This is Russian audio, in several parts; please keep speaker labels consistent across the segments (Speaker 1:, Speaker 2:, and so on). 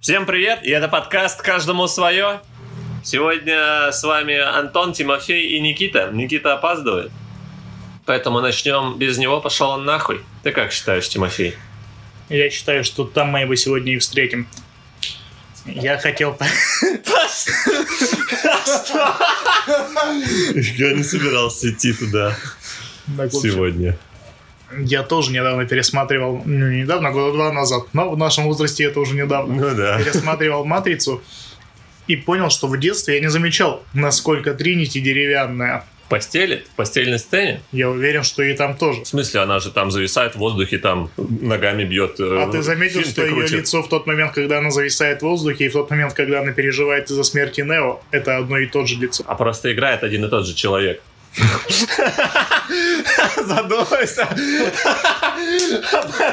Speaker 1: Всем привет, и это подкаст «Каждому свое». Сегодня с вами Антон, Тимофей и Никита. Никита опаздывает, поэтому начнем без него. Пошел он нахуй. Ты как считаешь, Тимофей?
Speaker 2: Я считаю, что там мы его сегодня и встретим. Я хотел... по-
Speaker 3: Я не собирался идти туда сегодня.
Speaker 2: Я тоже недавно пересматривал, ну, не недавно, года два назад, но в нашем возрасте это уже недавно.
Speaker 3: Ну да.
Speaker 2: Пересматривал «Матрицу» и понял, что в детстве я не замечал, насколько Тринити деревянная.
Speaker 1: В постели? В постельной сцене?
Speaker 2: Я уверен, что и там тоже.
Speaker 1: В смысле, она же там зависает в воздухе, там ногами бьет. э,
Speaker 2: А ты заметил,
Speaker 1: финты
Speaker 2: что ее
Speaker 1: крутит.
Speaker 2: лицо в тот момент, когда она зависает в воздухе, и в тот момент, когда она переживает из-за смерти Нео, это одно и тот же лицо.
Speaker 1: А просто играет один и тот же человек.
Speaker 3: Задумайся.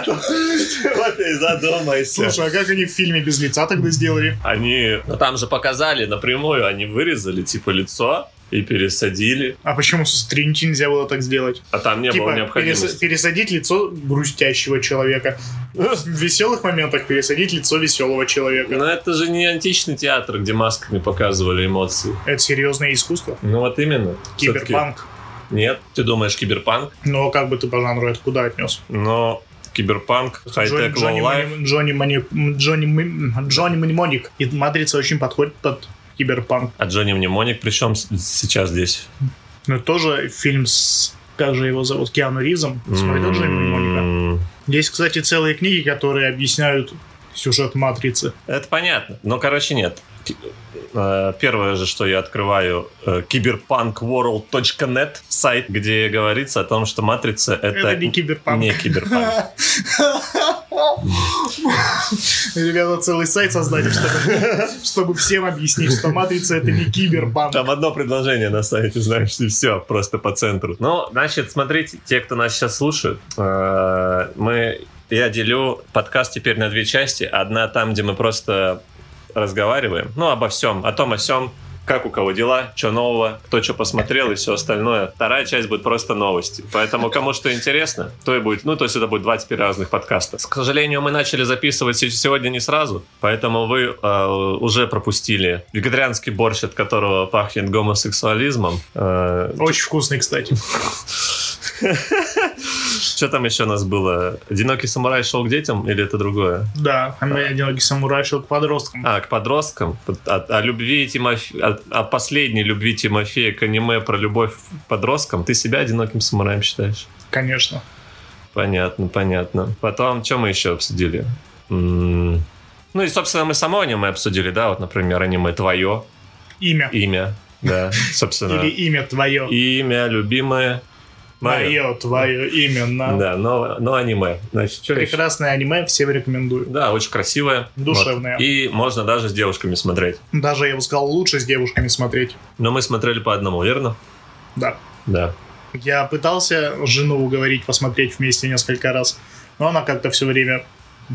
Speaker 3: Тимофей, задумайся.
Speaker 2: Слушай, а как они в фильме без лица тогда сделали?
Speaker 1: Они... Ну, там же показали напрямую, они вырезали, типа, лицо и пересадили.
Speaker 2: А почему с Тринити нельзя было так сделать?
Speaker 1: А там не было
Speaker 2: типа
Speaker 1: необходимости.
Speaker 2: перес- пересадить лицо грустящего человека. В веселых моментах пересадить лицо веселого человека.
Speaker 1: Но Ну, это же не античный театр, где масками показывали эмоции.
Speaker 2: Это серьезное искусство.
Speaker 1: Ну вот именно. Всё-таки-
Speaker 2: Киберпанк.
Speaker 1: Нет, ты думаешь киберпанк,
Speaker 2: Но как бы ты по жанру это куда отнес?
Speaker 1: но киберпанк,
Speaker 2: Джонни,
Speaker 1: хай-тек,
Speaker 2: Джонни
Speaker 1: лоу-лайф.
Speaker 2: Мани- Джонни, Мани- М, Джонни, Ми- Джонни Мнемоник. И Матрица очень подходит под киберпанк.
Speaker 1: А Джонни Мнемоник причем с- сейчас здесь?
Speaker 2: Но тоже фильм с... Как же его зовут? Киану Ривзом. Смотрел Джонни Мнемоника?
Speaker 1: М,
Speaker 2: Есть, кстати, целые книги, которые объясняют сюжет Матрицы.
Speaker 1: Это понятно. Но, короче, нет. Ки- э, Первое же, что я открываю, э, cyberpunkworld.net, сайт, где говорится о том, что «Матрица» — это,
Speaker 2: Это не киберпанк.
Speaker 1: не киберпанк.
Speaker 2: Ребята, целый сайт создали, чтобы, чтобы всем объяснить, что матрица это не кибербанк.
Speaker 1: Там одно предложение на сайте, знаешь, и все, просто по центру. Ну, значит, смотрите, те, кто нас сейчас слушают, э, мы... Я делю подкаст теперь на две части. Одна там, где мы просто разговариваем, ну, обо всем, о том, о сем, как у кого дела, что нового, кто что посмотрел и все остальное. Вторая часть будет просто новости. Поэтому кому что интересно, то и будет. Ну, то есть это будет 25 разных подкастов. К сожалению, мы начали записывать се- сегодня не сразу, поэтому вы э, уже пропустили вегетарианский борщ, от которого пахнет гомосексуализмом. Э,
Speaker 2: Очень вкусный, кстати.
Speaker 1: что там еще у нас было? «Одинокий самурай шел к детям» или это другое?
Speaker 2: Да, а меня одинокий самурай шел к подросткам.
Speaker 1: А, к подросткам? О, о любви Тимофея, о, о последней любви Тимофея к аниме про любовь к подросткам. Ты себя одиноким самураем считаешь?
Speaker 2: Конечно.
Speaker 1: Понятно, понятно. Потом, что мы еще обсудили? М, Ну и, собственно, мы само аниме обсудили, да? Вот, например, аниме «Твое»,
Speaker 2: Имя.
Speaker 1: «Имя», да, собственно.
Speaker 2: Или имя твое.
Speaker 1: «Имя», «Любимое», «Мое».
Speaker 2: Мое, твое имя. на-
Speaker 1: Да, но, но аниме. Значит, что еще?
Speaker 2: Прекрасное аниме, всем рекомендую.
Speaker 1: Да, очень красивое.
Speaker 2: Душевное.
Speaker 1: Вот. И можно даже с девушками смотреть.
Speaker 2: Даже, я бы сказал, лучше с девушками смотреть.
Speaker 1: Но мы смотрели по одному, верно?
Speaker 2: Да.
Speaker 1: Да.
Speaker 2: Я пытался жену уговорить посмотреть вместе несколько раз, но она как-то все время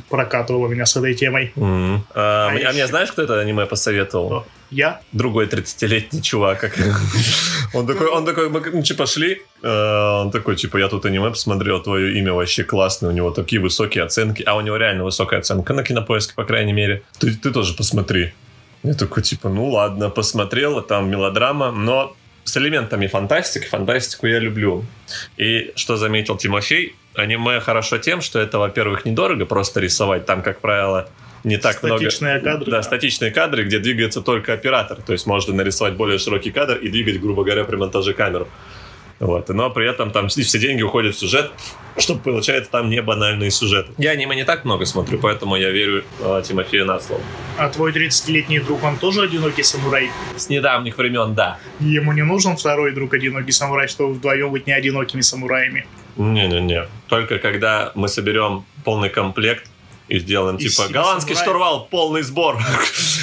Speaker 2: прокатывала меня с этой темой.
Speaker 1: Мгм. А,
Speaker 2: А
Speaker 1: мне- а мне
Speaker 2: еще-
Speaker 1: знаешь, кто это аниме посоветовал?
Speaker 2: Кто? Я?
Speaker 1: Другой 30-летний чувак. как- Он такой, он такой, мы ну, типа шли, э, он такой, типа, я тут аниме посмотрел, твое имя вообще классное, у него такие высокие оценки, а у него реально высокая оценка на кинопоиске, по крайней мере. Ты, ты тоже посмотри. Я такой, типа, ну ладно, посмотрел, там мелодрама, но с элементами фантастики, фантастику я люблю. И что заметил Тимофей, аниме хорошо тем, что это, во-первых, недорого просто рисовать, там, как правило, не так
Speaker 2: Статичные
Speaker 1: много...
Speaker 2: кадры,
Speaker 1: Да,
Speaker 2: да.
Speaker 1: статичные кадры, где двигается только оператор, то есть можно нарисовать более широкий кадр и двигать, грубо говоря, при монтаже камеру. Вот. Но при этом там все все деньги уходят в сюжет, что получается там не банальные сюжеты. Я аниме не так много смотрю, поэтому я верю э, Тимофею на слово.
Speaker 2: А твой 30-летний друг, он тоже одинокий самурай?
Speaker 1: С недавних времен, да.
Speaker 2: Ему не нужен второй друг одинокий самурай, чтобы вдвоем быть не одинокими самураями.
Speaker 1: Не-не-не. Только когда мы соберем полный комплект и сделаем
Speaker 2: И
Speaker 1: типа
Speaker 2: си-
Speaker 1: голландский
Speaker 2: собираем».
Speaker 1: штурвал, полный сбор.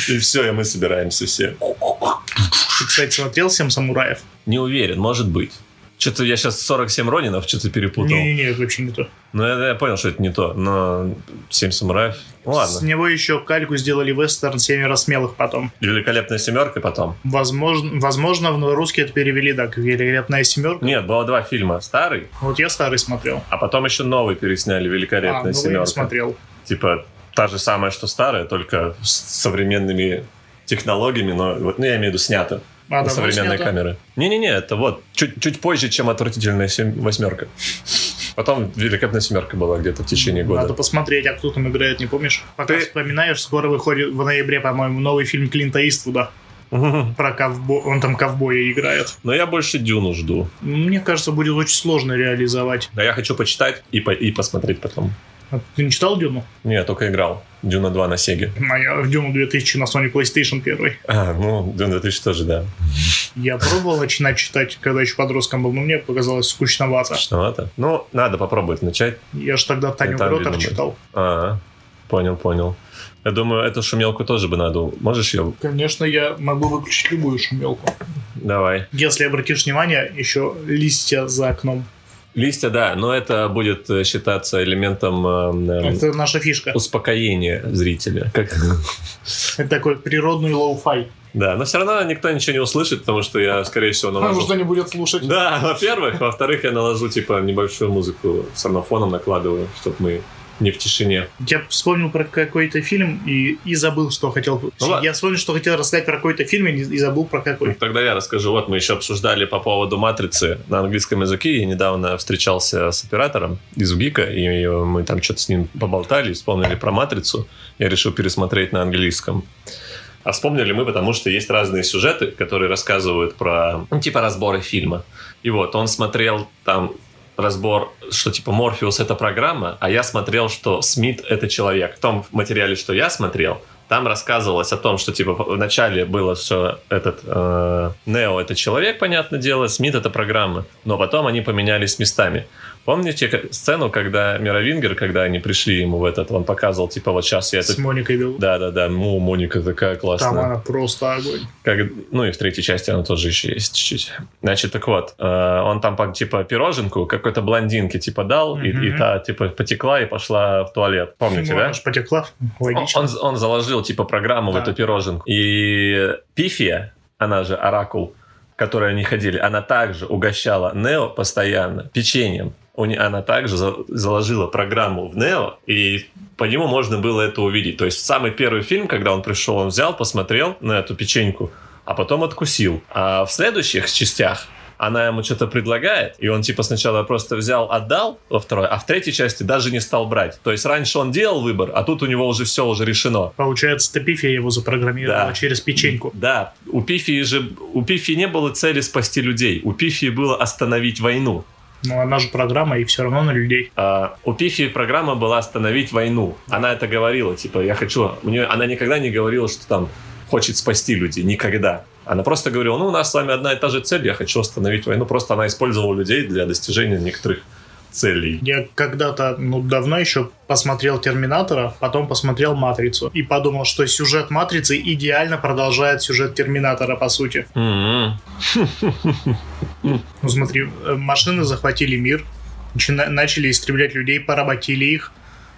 Speaker 1: И все, и мы собираемся все.
Speaker 2: Ты, кстати, смотрел «Семь самураев»?
Speaker 1: Не уверен, может быть. Что-то я сейчас 47 Ронинов что-то перепутал.
Speaker 2: Не-не-не, это вообще не то.
Speaker 1: Ну, я, я понял, что это не то, но 7 самураев. Ну,
Speaker 2: С
Speaker 1: ладно.
Speaker 2: него еще кальку сделали вестерн «Семеро смелых» потом.
Speaker 1: Великолепная семерка потом.
Speaker 2: Возможно, возможно, в русский это перевели, да, как «Великолепная семерка».
Speaker 1: Нет, было два фильма. Старый,
Speaker 2: Вот я старый смотрел.
Speaker 1: а потом еще новый пересняли
Speaker 2: А,
Speaker 1: Великолепная
Speaker 2: ну я не
Speaker 1: семерка.
Speaker 2: смотрел.
Speaker 1: типа та же самая, что старая, только с современными технологиями, но вот, ну, я имею в виду снято
Speaker 2: А,
Speaker 1: на
Speaker 2: давно
Speaker 1: современные
Speaker 2: снято?
Speaker 1: камеры. Не-не-не, это вот чуть, чуть позже, чем отвратительная сем- восьмерка. Потом великолепная семерка была где-то в течение года.
Speaker 2: Надо посмотреть, а кто там играет, не помнишь? Пока
Speaker 1: Ты-
Speaker 2: вспоминаешь, скоро выходит в ноябре, по-моему, новый фильм Клинта Иствуда
Speaker 1: Мгм.
Speaker 2: про ковбо... Он там ковбоя играет.
Speaker 1: Но я больше Дюну жду.
Speaker 2: Мне кажется, будет очень сложно реализовать.
Speaker 1: А я хочу почитать и, по- и посмотреть потом.
Speaker 2: А Ты не читал Дюну?
Speaker 1: Не, я только играл. Дюна 2 на Сеге.
Speaker 2: А я в Дюну 2000 на Sony PlayStation 1.
Speaker 1: А, ну, Дюна 2000 тоже, да.
Speaker 2: Я пробовал начинать читать, когда еще подростком был, но мне показалось скучновато.
Speaker 1: Страшновато. Ну, надо попробовать начать.
Speaker 2: Я же тогда Таню
Speaker 1: там видно
Speaker 2: Гротер
Speaker 1: будет.
Speaker 2: читал.
Speaker 1: А, понял, понял. Я думаю, эту шумелку тоже бы надо... Можешь ее?
Speaker 2: Конечно, я могу выключить любую шумелку.
Speaker 1: Давай.
Speaker 2: Если обратишь внимание, еще листья за окном.
Speaker 1: Листья, да, но это будет э, считаться элементом эм, эм,
Speaker 2: Это наша фишка.
Speaker 1: успокоения зрителя. Как-
Speaker 2: Это такой природный лоу-фай.
Speaker 1: Да, но все равно никто ничего не услышит, потому что я, скорее всего,
Speaker 2: Потому
Speaker 1: наложу...
Speaker 2: что не будет слушать.
Speaker 1: Да, во-первых. Во-вторых, я наложу, типа, небольшую музыку с фоном накладываю, чтобы мы не в тишине.
Speaker 2: Я вспомнил про какой-то фильм и, и забыл, что хотел.
Speaker 1: Ну ладно.
Speaker 2: я вспомнил, что хотел рассказать про какой-то фильм и, не- и забыл про какой.
Speaker 1: Ну, Тогда я расскажу. Вот мы еще обсуждали по поводу «Матрицы» на английском языке. Я недавно встречался с оператором из УГИКа, и мы там что-то с ним поболтали, вспомнили про «Матрицу». Я решил пересмотреть на английском. А вспомнили мы, потому что есть разные сюжеты, которые рассказывают про, ну, типа, разборы фильма. И вот он смотрел там разбор, что типа Морфеус это программа, а я смотрел, что Смит это человек. В том материале, что я смотрел, там рассказывалось о том, что типа вначале было, что этот э, Нео это человек, понятное дело, Смит это программа, но потом они поменялись местами. Помните к- сцену, когда Мировингер, когда они пришли ему в этот, он показывал типа вот сейчас я это...
Speaker 2: С Моникой Белл.
Speaker 1: Да, да, да, му, Моника такая классная.
Speaker 2: Там она просто огонь.
Speaker 1: Как- ну и в третьей части она тоже еще есть чуть-чуть. Значит, так вот, э, он там по- типа пироженку какой-то блондинке типа дал, и- и,
Speaker 2: Мгм.
Speaker 1: та типа потекла и пошла в туалет. Помните,
Speaker 2: Ну,
Speaker 1: да?
Speaker 2: она ж потекла. Логично.
Speaker 1: Он, он заложил типа программу
Speaker 2: Да.
Speaker 1: в эту пироженку. И Пифия, она же Оракул, в которой они ходили, она также угощала Нео постоянно печеньем. У не- Она также за- заложила программу в Нео, и по нему можно было это увидеть. То есть самый первый фильм, когда он пришел, он взял, посмотрел на эту печеньку, а потом откусил. А в следующих частях она ему что-то предлагает, и он типа сначала просто взял, отдал во второй, а в третьей части даже не стал брать. То есть раньше он делал выбор, а тут у него уже все уже решено.
Speaker 2: Получается, Топифия его запрограммировала
Speaker 1: Да.
Speaker 2: через печеньку.
Speaker 1: Да, у Пифии же у Пифии не было цели спасти людей, у Пифии было остановить войну.
Speaker 2: Но Ну, она же программа, и все равно на людей.
Speaker 1: А, у Пифи программа была остановить войну. Она это говорила, типа, я хочу... У нее, она никогда не говорила, что там хочет спасти людей, никогда. Она просто говорила, ну, у нас с вами одна и та же цель, я хочу остановить войну. Просто она использовала людей для достижения некоторых целей.
Speaker 2: Я когда-то, ну, давно еще посмотрел Терминатора, потом посмотрел Матрицу. И подумал, что сюжет Матрицы идеально продолжает сюжет Терминатора, по сути.
Speaker 1: М-м.
Speaker 2: Ну, смотри, э, машины захватили мир, начина- начали истреблять людей, поработили их.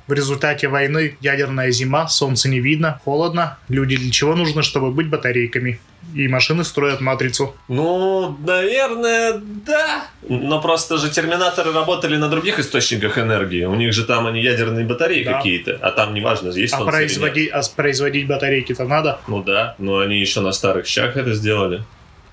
Speaker 2: В результате войны ядерная зима, солнце не видно, холодно. Люди для чего нужны, чтобы быть батарейками? И машины строят матрицу.
Speaker 1: Ну, наверное, да. Но просто же терминаторы работали на других источниках энергии. У них же там они ядерные батареи
Speaker 2: Да.
Speaker 1: какие-то. А там неважно, есть
Speaker 2: А,
Speaker 1: солнце или нет.
Speaker 2: производи- а с- производить батарейки-то надо,
Speaker 1: Ну да, но они еще на старых щах это сделали.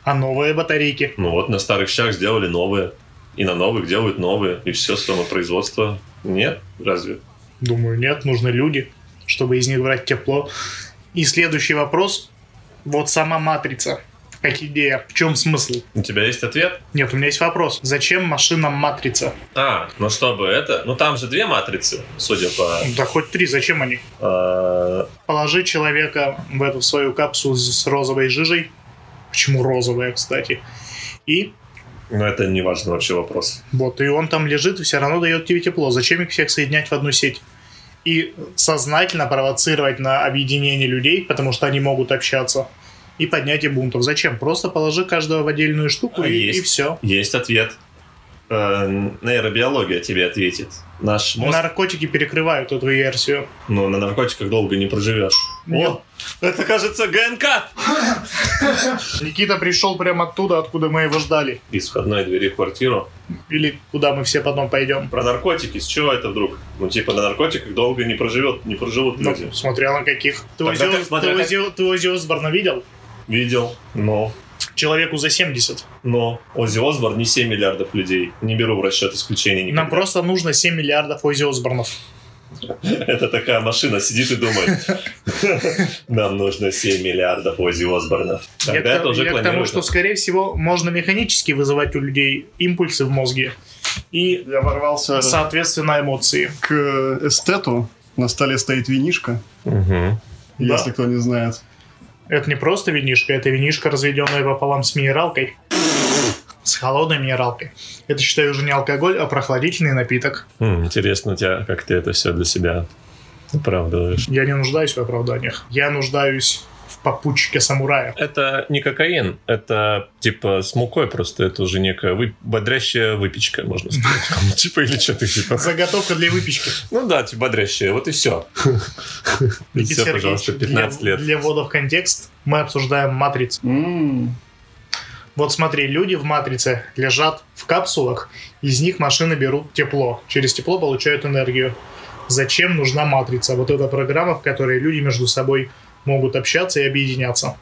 Speaker 2: а новые батарейки.
Speaker 1: Ну вот, на старых щах сделали новые. И на новых делают новые. И все самопроизводство. Нет? Разве?
Speaker 2: Думаю, нет, нужны люди, чтобы из них брать тепло. И следующий вопрос. Вот сама матрица. Как идея. В чем смысл?
Speaker 1: У тебя есть ответ?
Speaker 2: Нет, у меня есть вопрос. Зачем машинам матрица?
Speaker 1: А, ну чтобы это... Ну там же две матрицы, судя по...
Speaker 2: Да хоть три, зачем они?
Speaker 1: э,
Speaker 2: Положи человека в эту свою капсулу с с розовой жижей. Почему розовая, кстати? И
Speaker 1: ну это не важный вообще вопрос.
Speaker 2: вот, и он там лежит и все равно дает тебе тепло. Зачем их всех соединять в одну сеть? И сознательно провоцировать на объединение людей, потому что они могут общаться. И поднятие бунтов. Зачем? Просто положи каждого в отдельную штуку
Speaker 1: А
Speaker 2: и,
Speaker 1: есть.
Speaker 2: все.
Speaker 1: Есть ответ. э, нейробиология тебе ответит. Наш мозг...
Speaker 2: Наркотики перекрывают эту версию.
Speaker 1: Ну, на наркотиках долго не проживешь.
Speaker 2: Нет.
Speaker 1: О, это, кажется, ГНК!
Speaker 2: Никита пришел прямо оттуда, откуда мы его ждали.
Speaker 1: Из входной двери в квартиру.
Speaker 2: Или куда мы все потом пойдем.
Speaker 1: Про наркотики, с чего это вдруг? Ну, типа, на наркотиках долго не проживет, не проживут
Speaker 2: Ну,
Speaker 1: люди.
Speaker 2: смотря на каких. Ты
Speaker 1: Тогда
Speaker 2: Ози-
Speaker 1: как, смотря
Speaker 2: ты
Speaker 1: как.
Speaker 2: Ози- ты Ози Осборна видел?
Speaker 1: Видел, но...
Speaker 2: Человеку за 70.
Speaker 1: Но Оззи Осборн не 7 миллиардов людей. Не беру в расчет исключений никогда.
Speaker 2: Нам просто нужно 7 миллиардов Ози Осборнов.
Speaker 1: Это такая машина сидит и думает. Нам нужно 7 миллиардов Оззи Осборнов.
Speaker 2: Я к
Speaker 1: Тогда это
Speaker 2: тому-
Speaker 1: уже
Speaker 2: я к тому, что,
Speaker 1: планируется.
Speaker 2: скорее всего, можно механически вызывать у людей импульсы в мозге и,
Speaker 3: Я ворвался
Speaker 2: соответственно, эмоции.
Speaker 3: к эстету. На столе стоит винишка,
Speaker 1: Мгм.
Speaker 2: Да.
Speaker 3: если кто не знает.
Speaker 2: Это не просто винишка, это винишка, разведенная пополам с минералкой. С холодной минералкой. Это, считаю, уже не алкоголь, а прохладительный напиток.
Speaker 1: М, Хм, Интересно у тебя, как ты это все для себя оправдываешь.
Speaker 2: Я не нуждаюсь в оправданиях. Я нуждаюсь в попутчике самурая.
Speaker 1: Это не кокаин, это типа с мукой просто, это уже некая вы- бодрящая выпечка, можно сказать. Типа или что-то типа.
Speaker 2: Заготовка для выпечки.
Speaker 1: Ну да, типа бодрящая, вот и все. И
Speaker 2: Никита
Speaker 1: все,
Speaker 2: Сергеевич,
Speaker 1: пожалуйста, 15
Speaker 2: для,
Speaker 1: лет.
Speaker 2: Для ввода в контекст мы обсуждаем матрицу.
Speaker 3: М,
Speaker 2: Вот смотри, люди в матрице лежат в капсулах, из них машины берут тепло. Через тепло получают энергию. Зачем нужна матрица? Вот эта программа, в которой люди между собой могут общаться и объединяться.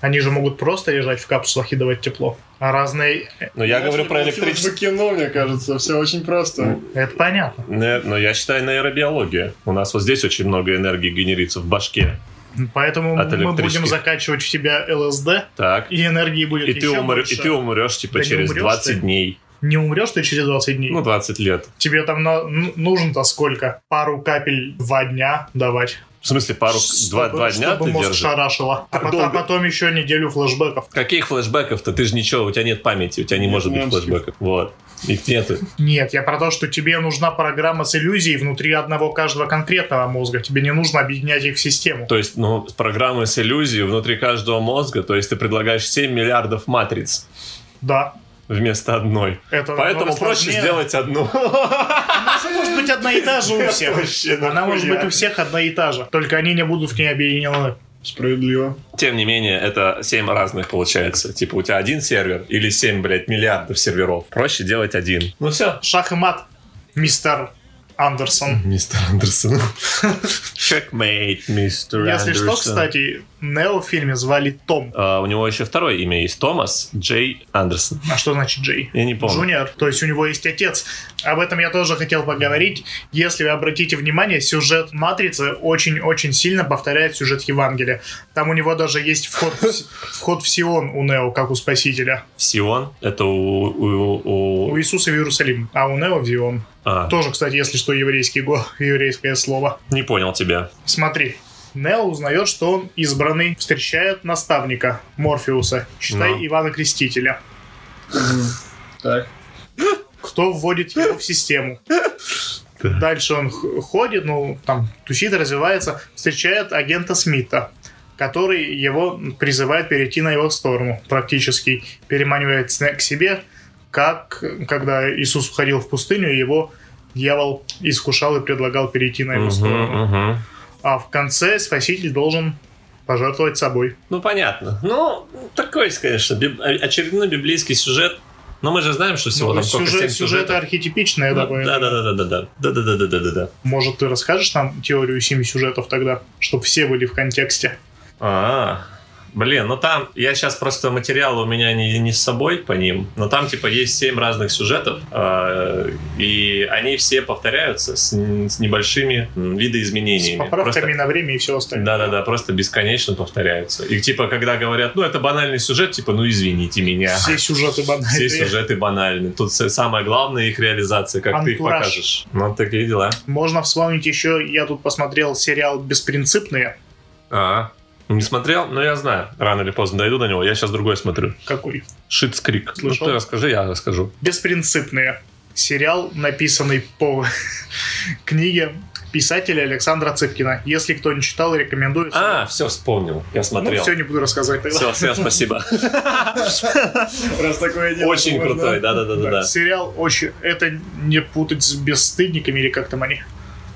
Speaker 2: Они же могут просто лежать в капсулах и давать тепло. А разные...
Speaker 1: Но я
Speaker 3: ну,
Speaker 1: говорю
Speaker 3: это
Speaker 1: про
Speaker 3: получилось
Speaker 1: электричество.
Speaker 3: бы кино, мне кажется, все очень просто.
Speaker 2: Это понятно.
Speaker 1: Не- Э, Но я считаю нейробиология. У нас вот здесь очень много энергии генерится в башке.
Speaker 2: Поэтому
Speaker 1: От
Speaker 2: мы
Speaker 1: электрических.
Speaker 2: будем закачивать в тебя ЛСД,
Speaker 1: Так.
Speaker 2: и энергии будет
Speaker 1: И ты,
Speaker 2: еще
Speaker 1: умрё-
Speaker 2: больше.
Speaker 1: и ты умрешь, типа,
Speaker 2: Да не
Speaker 1: через
Speaker 2: умрёшь
Speaker 1: 20
Speaker 2: ты.
Speaker 1: дней.
Speaker 2: Не умрешь ты через 20 дней?
Speaker 1: Ну, 20 лет.
Speaker 2: Тебе там на- ну, нужно-то сколько? Пару капель два дня давать.
Speaker 1: В смысле, пару, два, два дня
Speaker 2: чтобы
Speaker 1: ты
Speaker 2: мозг
Speaker 1: держишь?
Speaker 2: шарашило. А
Speaker 1: Как
Speaker 2: потом,
Speaker 1: долго?
Speaker 2: потом еще неделю флешбеков.
Speaker 1: Каких флешбэков-то? Ты же ничего, у тебя нет памяти, у тебя не
Speaker 3: Нет,
Speaker 1: может быть
Speaker 3: нам
Speaker 1: флешбэков. Вот. Их нету.
Speaker 2: Нет, я про то, что тебе нужна программа с иллюзией внутри одного каждого конкретного мозга. Тебе не нужно объединять их в систему.
Speaker 1: То есть, ну, с программы с иллюзией внутри каждого мозга, то есть ты предлагаешь 7 миллиардов матриц
Speaker 2: Да.
Speaker 1: вместо одной.
Speaker 2: Это
Speaker 1: Поэтому
Speaker 2: намного
Speaker 1: проще
Speaker 2: сложнее.
Speaker 1: сделать одну.
Speaker 2: Она же может быть одна и та же у всех.
Speaker 1: Вообще,
Speaker 2: Она может
Speaker 1: нахуя?
Speaker 2: быть у всех одна и та же. Только они не будут в ней объединены.
Speaker 3: Справедливо.
Speaker 1: Тем не менее, это 7 разных получается. Типа у тебя один сервер или 7, блядь, миллиардов серверов. Проще делать один. Ну все.
Speaker 2: Шах и мат, мистер Андерсон.
Speaker 1: Мистер Андерсон. Checkmate, мистер
Speaker 2: Если что,
Speaker 1: Андерсон.
Speaker 2: кстати, Нео в фильме звали Том.
Speaker 1: А, у него еще второе имя есть. Томас Джей Андерсон.
Speaker 2: А что значит Джей?
Speaker 1: Я не помню.
Speaker 2: Джуниор, то есть у него есть отец. Об этом я тоже хотел поговорить. Если вы обратите внимание, сюжет «Матрицы» очень-очень сильно повторяет сюжет Евангелия. Там у него даже есть вход, в С- вход в Сион у Нео, как у Спасителя.
Speaker 1: Сион. Это у... у- у-
Speaker 2: У Иисуса в Иерусалим, а у Нео в Сион.
Speaker 1: А,
Speaker 2: Тоже, кстати, если что, еврейский го, еврейское слово.
Speaker 1: не понял тебя.
Speaker 2: Смотри. Нео узнает, что он избранный, встречает наставника Морфеуса, считай,
Speaker 1: Ну.
Speaker 2: Ивана Крестителя.
Speaker 3: Так.
Speaker 2: кто вводит его в систему. Дальше он х- ходит, ну, там, тусит, развивается, встречает агента Смита, который его призывает перейти на его сторону, практически переманивает сне- к себе, как когда Иисус уходил в пустыню, его дьявол искушал и предлагал перейти на его сторону.
Speaker 1: Мгм, мгм.
Speaker 2: А в конце Спаситель должен пожертвовать собой.
Speaker 1: Ну, понятно. Ну, такой, конечно, биб- а, очередной библейский сюжет. Но мы же знаем, что всего
Speaker 2: Ну,
Speaker 1: там сколько, семь
Speaker 2: сюжет, сюжеты
Speaker 1: сюжетов.
Speaker 2: архетипичные, я
Speaker 1: Да,
Speaker 2: думаю.
Speaker 1: да, да, да, да, да, да, да, да, да, да, да.
Speaker 2: Может, ты расскажешь нам теорию семи сюжетов тогда, чтобы все были в контексте?
Speaker 1: А, блин, ну там, я сейчас просто материалы у меня не, не с собой по ним, но там типа есть семь разных сюжетов, э, и они все повторяются с, н- с небольшими м,
Speaker 2: С
Speaker 1: видоизменениями.
Speaker 2: поправками
Speaker 1: Просто-
Speaker 2: на время и все остальное.
Speaker 1: Да-да-да, просто бесконечно повторяются. И типа, когда говорят, ну это банальный сюжет, типа, ну извините меня.
Speaker 2: Все сюжеты банальные.
Speaker 1: Все сюжеты банальны. Тут с- самое главное их реализация, как ты их
Speaker 2: Антураж.
Speaker 1: покажешь. Ну, такие дела.
Speaker 2: Можно вспомнить еще, я тут посмотрел сериал «Беспринципные».
Speaker 1: А, не смотрел, но я знаю. Рано или поздно дойду до него. Я сейчас другой смотрю.
Speaker 2: Какой?
Speaker 1: Шитскрик. Ну
Speaker 2: Слышал?
Speaker 1: ты расскажи, я расскажу.
Speaker 2: «Беспринципные». Сериал, написанный по книге писателя Александра Цыпкина. Если кто не читал, рекомендую.
Speaker 1: А, все вспомнил. Я смотрел.
Speaker 2: Ну, все, не буду рассказывать тогда.
Speaker 1: Все, все, спасибо.
Speaker 3: Раз такое дело.
Speaker 1: Очень
Speaker 3: можно.
Speaker 1: крутой, да-да-да.
Speaker 2: Сериал очень... Это не путать с бесстыдниками или как там они.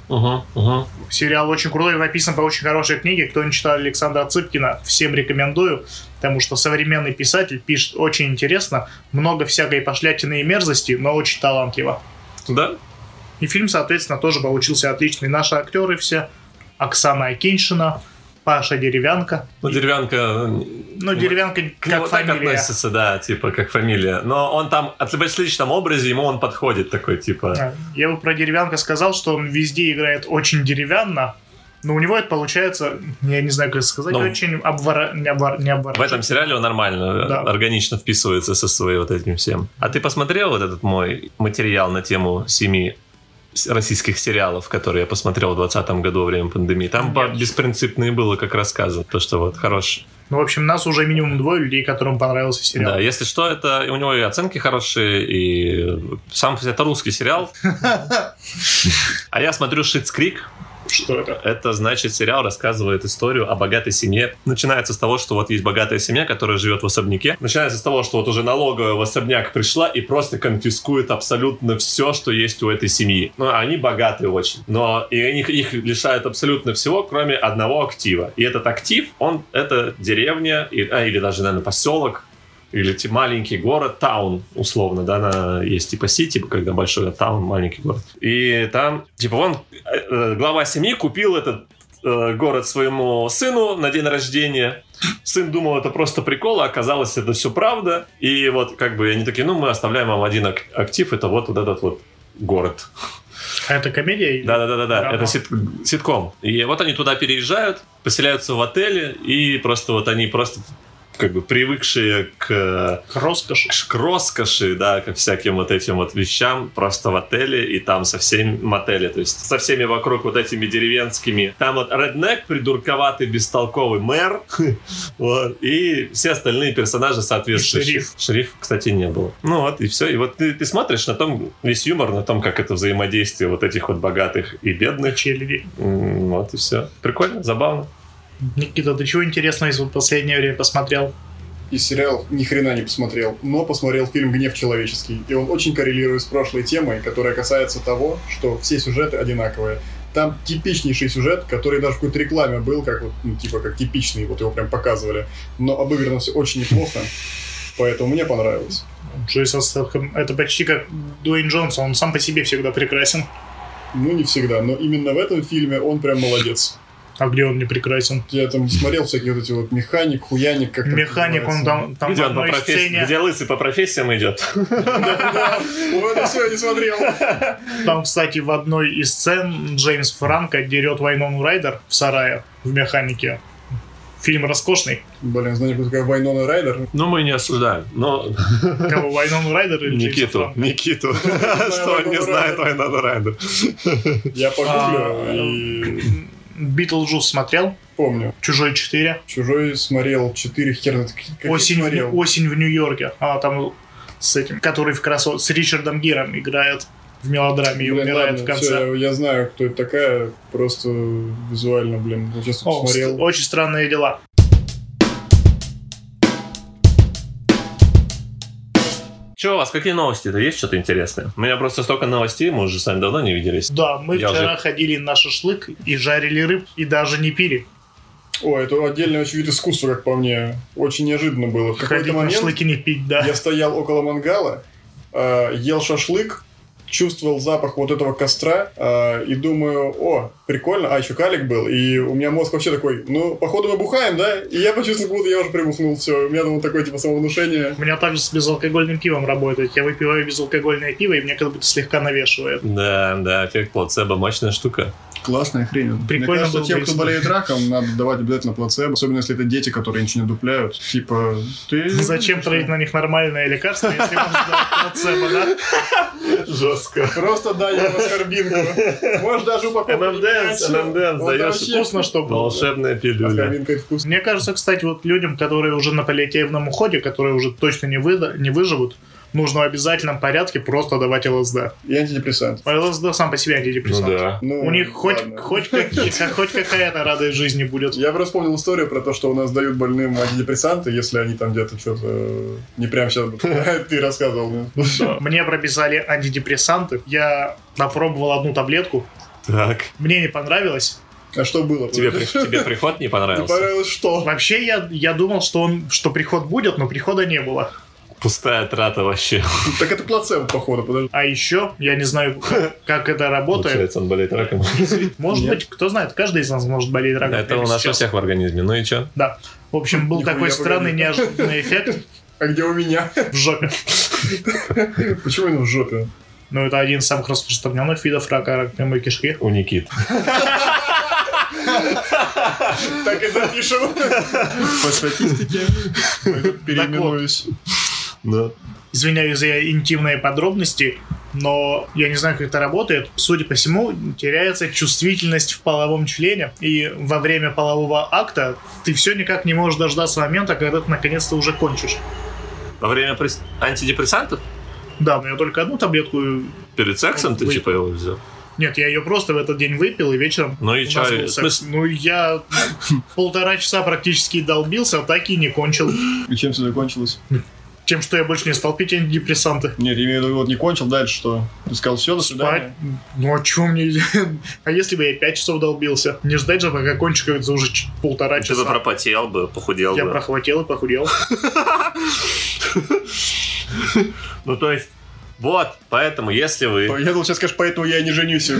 Speaker 1: Угу, угу.
Speaker 2: Сериал очень крутой, написан по очень хорошей книге. Кто не читал Александра Цыпкина, всем рекомендую, потому что современный писатель пишет очень интересно, много всякой пошлятины и мерзости, но очень талантливо.
Speaker 1: Да?
Speaker 2: И фильм, соответственно, тоже получился отличный. Наши актеры все, Оксана Акиньшина, Паша Деревянко.
Speaker 1: Ну, деревянка...
Speaker 2: Ну, Деревянко
Speaker 1: К
Speaker 2: как
Speaker 1: нему так
Speaker 2: фамилия.
Speaker 1: относится, да, типа, как фамилия. Но он там, от- в личном образе ему он подходит такой, типа...
Speaker 2: Да. Я бы про Деревянко сказал, что он везде играет очень деревянно, но у него это получается, я не знаю, как это сказать,
Speaker 1: Ну,
Speaker 2: очень обвора... не, обвор... не
Speaker 1: В этом сериале он нормально, э,
Speaker 2: Да.
Speaker 1: органично вписывается со своим вот этим всем. А ты посмотрел вот этот мой материал на тему семи с- российских сериалов, которые я посмотрел в 2020 году во время пандемии? Там по-
Speaker 2: Нет.
Speaker 1: беспринципные было как рассказано, то, что вот хорош,
Speaker 2: Ну, в общем, нас уже минимум двое людей, которым понравился сериал.
Speaker 1: Да, если что, это у него и оценки хорошие, и сам это русский сериал. А я смотрю Шиц Крик.
Speaker 2: Что это?
Speaker 1: Это значит сериал рассказывает историю о богатой семье. Начинается с того, что вот есть богатая семья, которая живет в особняке. Начинается с того, что вот уже налоговая в особняк пришла и просто конфискует абсолютно все, что есть у этой семьи. Ну, они богаты очень. Но и они, их лишают абсолютно всего, кроме одного актива. И этот актив, он это деревня, и- а, или даже, наверное, поселок, или те маленький город, таун, условно, да, на, есть типа сити, когда большой а таун, маленький город. И там, типа, он, э, э, глава семьи купил этот э, город своему сыну на день рождения. Сын думал, это просто прикол, а оказалось, это все правда. И вот, как бы, они такие, ну, мы оставляем вам один ак- актив, это вот, вот этот вот город.
Speaker 2: А это комедия? или-
Speaker 1: Да-да-да-да,
Speaker 2: Ага.
Speaker 1: это сит- ситком. И вот они туда переезжают, поселяются в отеле, и просто вот они просто как бы привыкшие к э,
Speaker 2: К роскоши.
Speaker 1: к роскоши, да, ко всяким вот этим вот вещам, просто в отеле и там со всеми мотеле, то есть со всеми вокруг вот этими деревенскими. Там вот Реднек, придурковатый, бестолковый мэр, вот, и все остальные персонажи соответствующие.
Speaker 2: Шериф.
Speaker 1: Шериф, кстати, не было. Ну вот, и все. И вот ты, ты смотришь на том, весь юмор на том, как это взаимодействие вот этих вот богатых и бедных.
Speaker 2: Челяди.
Speaker 1: М, Вот и все. Прикольно, забавно.
Speaker 2: Никита, ты чего интересного из вот последнее время посмотрел?
Speaker 3: И сериал ни хрена не посмотрел, но посмотрел фильм «Гнев человеческий». И он очень коррелирует с прошлой темой, которая касается того, что все сюжеты одинаковые. Там типичнейший сюжет, который даже в какой-то рекламе был, как вот, ну, типа, как типичный, вот его прям показывали. Но обыграно все очень неплохо, поэтому мне понравилось.
Speaker 2: Джейсон Стэтхэм. Это почти как Дуэйн Джонсон, он сам по себе всегда прекрасен.
Speaker 3: Ну, не всегда, но именно в этом фильме он прям молодец.
Speaker 2: А где он не прекрасен?
Speaker 3: Я там смотрел всякие вот эти вот механик, хуяник, как это
Speaker 2: Механик, он
Speaker 3: называется.
Speaker 2: там, там в
Speaker 1: Где он по
Speaker 2: одной
Speaker 1: профессии-
Speaker 2: сцене,
Speaker 1: где лысый по профессиям идет?
Speaker 3: Вот это все, я не смотрел.
Speaker 2: там, кстати, в одной из сцен Джеймс Франко дерет Вайнону Райдер в сарае в механике. Фильм роскошный.
Speaker 3: Блин, знаете, кто такая Вайнона Райдер?
Speaker 1: Ну, мы не осуждаем, но
Speaker 2: Кого, Вайнону Райдер или Джеймса
Speaker 1: Никиту,
Speaker 2: Франко?
Speaker 1: Никиту, что он не
Speaker 3: Вайнона
Speaker 1: знает Вайнона Райдер.
Speaker 3: Я
Speaker 2: А,
Speaker 3: погуглю и
Speaker 2: Битлджус смотрел?
Speaker 3: помню.
Speaker 2: Чужой 4.
Speaker 3: Чужой смотрел 4 хер на таких, как я
Speaker 2: Осень, в Нью-
Speaker 3: смотрел.
Speaker 2: осень в Нью-Йорке. А, там с этим, который в красо... с Ричардом Гиром играет в мелодраме и
Speaker 3: Блин,
Speaker 2: умирает в
Speaker 3: ладно,
Speaker 2: конце.
Speaker 3: всё, я, я знаю, кто это такая, просто визуально, блин, я сейчас
Speaker 2: О, ст-
Speaker 3: посмотрел.
Speaker 2: очень странные дела.
Speaker 1: Че у вас, какие новости-то? Есть что-то интересное? У меня просто столько новостей, мы уже с вами давно не виделись.
Speaker 2: Да, мы
Speaker 1: Я
Speaker 2: вчера ходили на шашлык и жарили рыб, и даже не пили.
Speaker 3: О, это отдельный очень вид искусства, как по мне. Очень неожиданно было. В какой-то
Speaker 2: Ходить на
Speaker 3: момент
Speaker 2: шашлыки не пить, да.
Speaker 3: я стоял около мангала, э, ел шашлык, чувствовал запах вот этого костра э, и думаю, о, прикольно, а еще калик был, и у меня мозг вообще такой, ну, походу мы бухаем, да? И я почувствовал, как будто я уже прибухнул, все, у меня там вот такое типа самовнушение.
Speaker 2: У меня также с безалкогольным пивом работает. Я выпиваю безалкогольное пиво, и мне как будто слегка навешивает.
Speaker 1: Да, да, эффект плацебо, мощная штука.
Speaker 3: Классная хрень.
Speaker 2: Прикольно
Speaker 3: Мне кажется,
Speaker 2: было бы,
Speaker 3: тем, кто
Speaker 2: если-
Speaker 3: болеет раком, надо давать обязательно плацебо, особенно если это дети, которые ничего не дупляют. Типа, ты...
Speaker 2: Зачем тратить на них нормальное лекарство, если можно давать плацебо, да?
Speaker 1: Жестко.
Speaker 3: Просто дай ему аскорбинку. Можешь даже упаковку. не
Speaker 1: ММДМС,
Speaker 3: брать.
Speaker 1: ММДМС,
Speaker 3: Вот
Speaker 1: даешь
Speaker 3: вообще
Speaker 2: Вкусно, что было.
Speaker 1: Волшебная пилюля.
Speaker 3: Аскорбинка и вкус.
Speaker 2: Мне кажется, кстати, вот людям, которые уже на паллиативном уходе, которые уже точно не, выда- не выживут, нужно в обязательном порядке просто давать ЛСД.
Speaker 3: И антидепрессант.
Speaker 2: А ЛСД сам по себе
Speaker 1: Ну
Speaker 2: антидепрессант.
Speaker 1: да.
Speaker 3: Ну,
Speaker 2: У них хоть,
Speaker 3: ладно.
Speaker 2: хоть, какие- хоть какая-то радость жизни будет.
Speaker 3: Я просто вспомнил историю про то, что у нас дают больным антидепрессанты, если они там где-то что-то... Не прям сейчас... Ты рассказывал. ну.
Speaker 2: Мне прописали антидепрессанты. Я попробовал одну таблетку.
Speaker 1: Так.
Speaker 2: Мне не понравилось.
Speaker 3: А что было?
Speaker 1: Тебе, при- тебе приход не
Speaker 3: Тебе
Speaker 1: понравился?
Speaker 3: понравилось что?
Speaker 2: Вообще, я, я думал, что, он, что приход будет, но прихода не было.
Speaker 1: Пустая трата вообще.
Speaker 3: Так это плацебо, походу, подожди.
Speaker 2: А еще, я не знаю, как это работает.
Speaker 1: Получается, он болеет раком.
Speaker 2: Может
Speaker 3: Нет.
Speaker 2: быть, кто знает, каждый из нас может болеть раком.
Speaker 1: Это
Speaker 2: прямо
Speaker 1: у нас у
Speaker 2: сейчас.
Speaker 1: всех в организме. Ну и чё?
Speaker 2: Да. В общем, был
Speaker 3: Нихуя
Speaker 2: такой
Speaker 3: погоди.
Speaker 2: странный неожиданный эффект
Speaker 3: А где у меня?
Speaker 2: в жопе.
Speaker 3: Почему именно в жопе?
Speaker 2: Ну, это один из самых распространенных видов рака, рак прямой кишки.
Speaker 1: У Никит.
Speaker 3: Так и запишем. По статистике. Переименуюсь.
Speaker 1: Да.
Speaker 2: Извиняюсь за интимные подробности, но я не знаю, как это работает. Судя по всему, теряется чувствительность в половом члене, и во время полового акта ты все никак не можешь дождаться момента, когда ты наконец-то уже кончишь.
Speaker 1: Во время прис- антидепрессантов?
Speaker 2: Да, но я только одну таблетку...
Speaker 1: Перед сексом ты
Speaker 2: Вы-
Speaker 1: типа его взял?
Speaker 2: Нет, я ее просто в этот день выпил, и вечером
Speaker 1: Ну и
Speaker 2: у нас был
Speaker 1: чё? в
Speaker 2: секс.
Speaker 1: смысле,
Speaker 2: Ну, я полтора часа практически долбился, а так и не кончил.
Speaker 3: И чем все закончилось?
Speaker 2: Тем, что я больше не стал пить антидепрессанты.
Speaker 3: Нет, я имею в виду, вот не кончил, дальше что? Ты сказал, все, до
Speaker 2: Спать?
Speaker 3: свидания.
Speaker 2: Ну а чё мне... а если бы я пять часов долбился? Не ждать же, пока кончик это уже ч- полтора
Speaker 1: Ты бы
Speaker 2: часа.
Speaker 1: типа, пропотел бы, похудел
Speaker 2: Я
Speaker 1: бы.
Speaker 2: прохватил и похудел.
Speaker 1: Ну то есть, вот, поэтому если вы...
Speaker 3: Я думал, сейчас скажешь, поэтому я и не женюсь.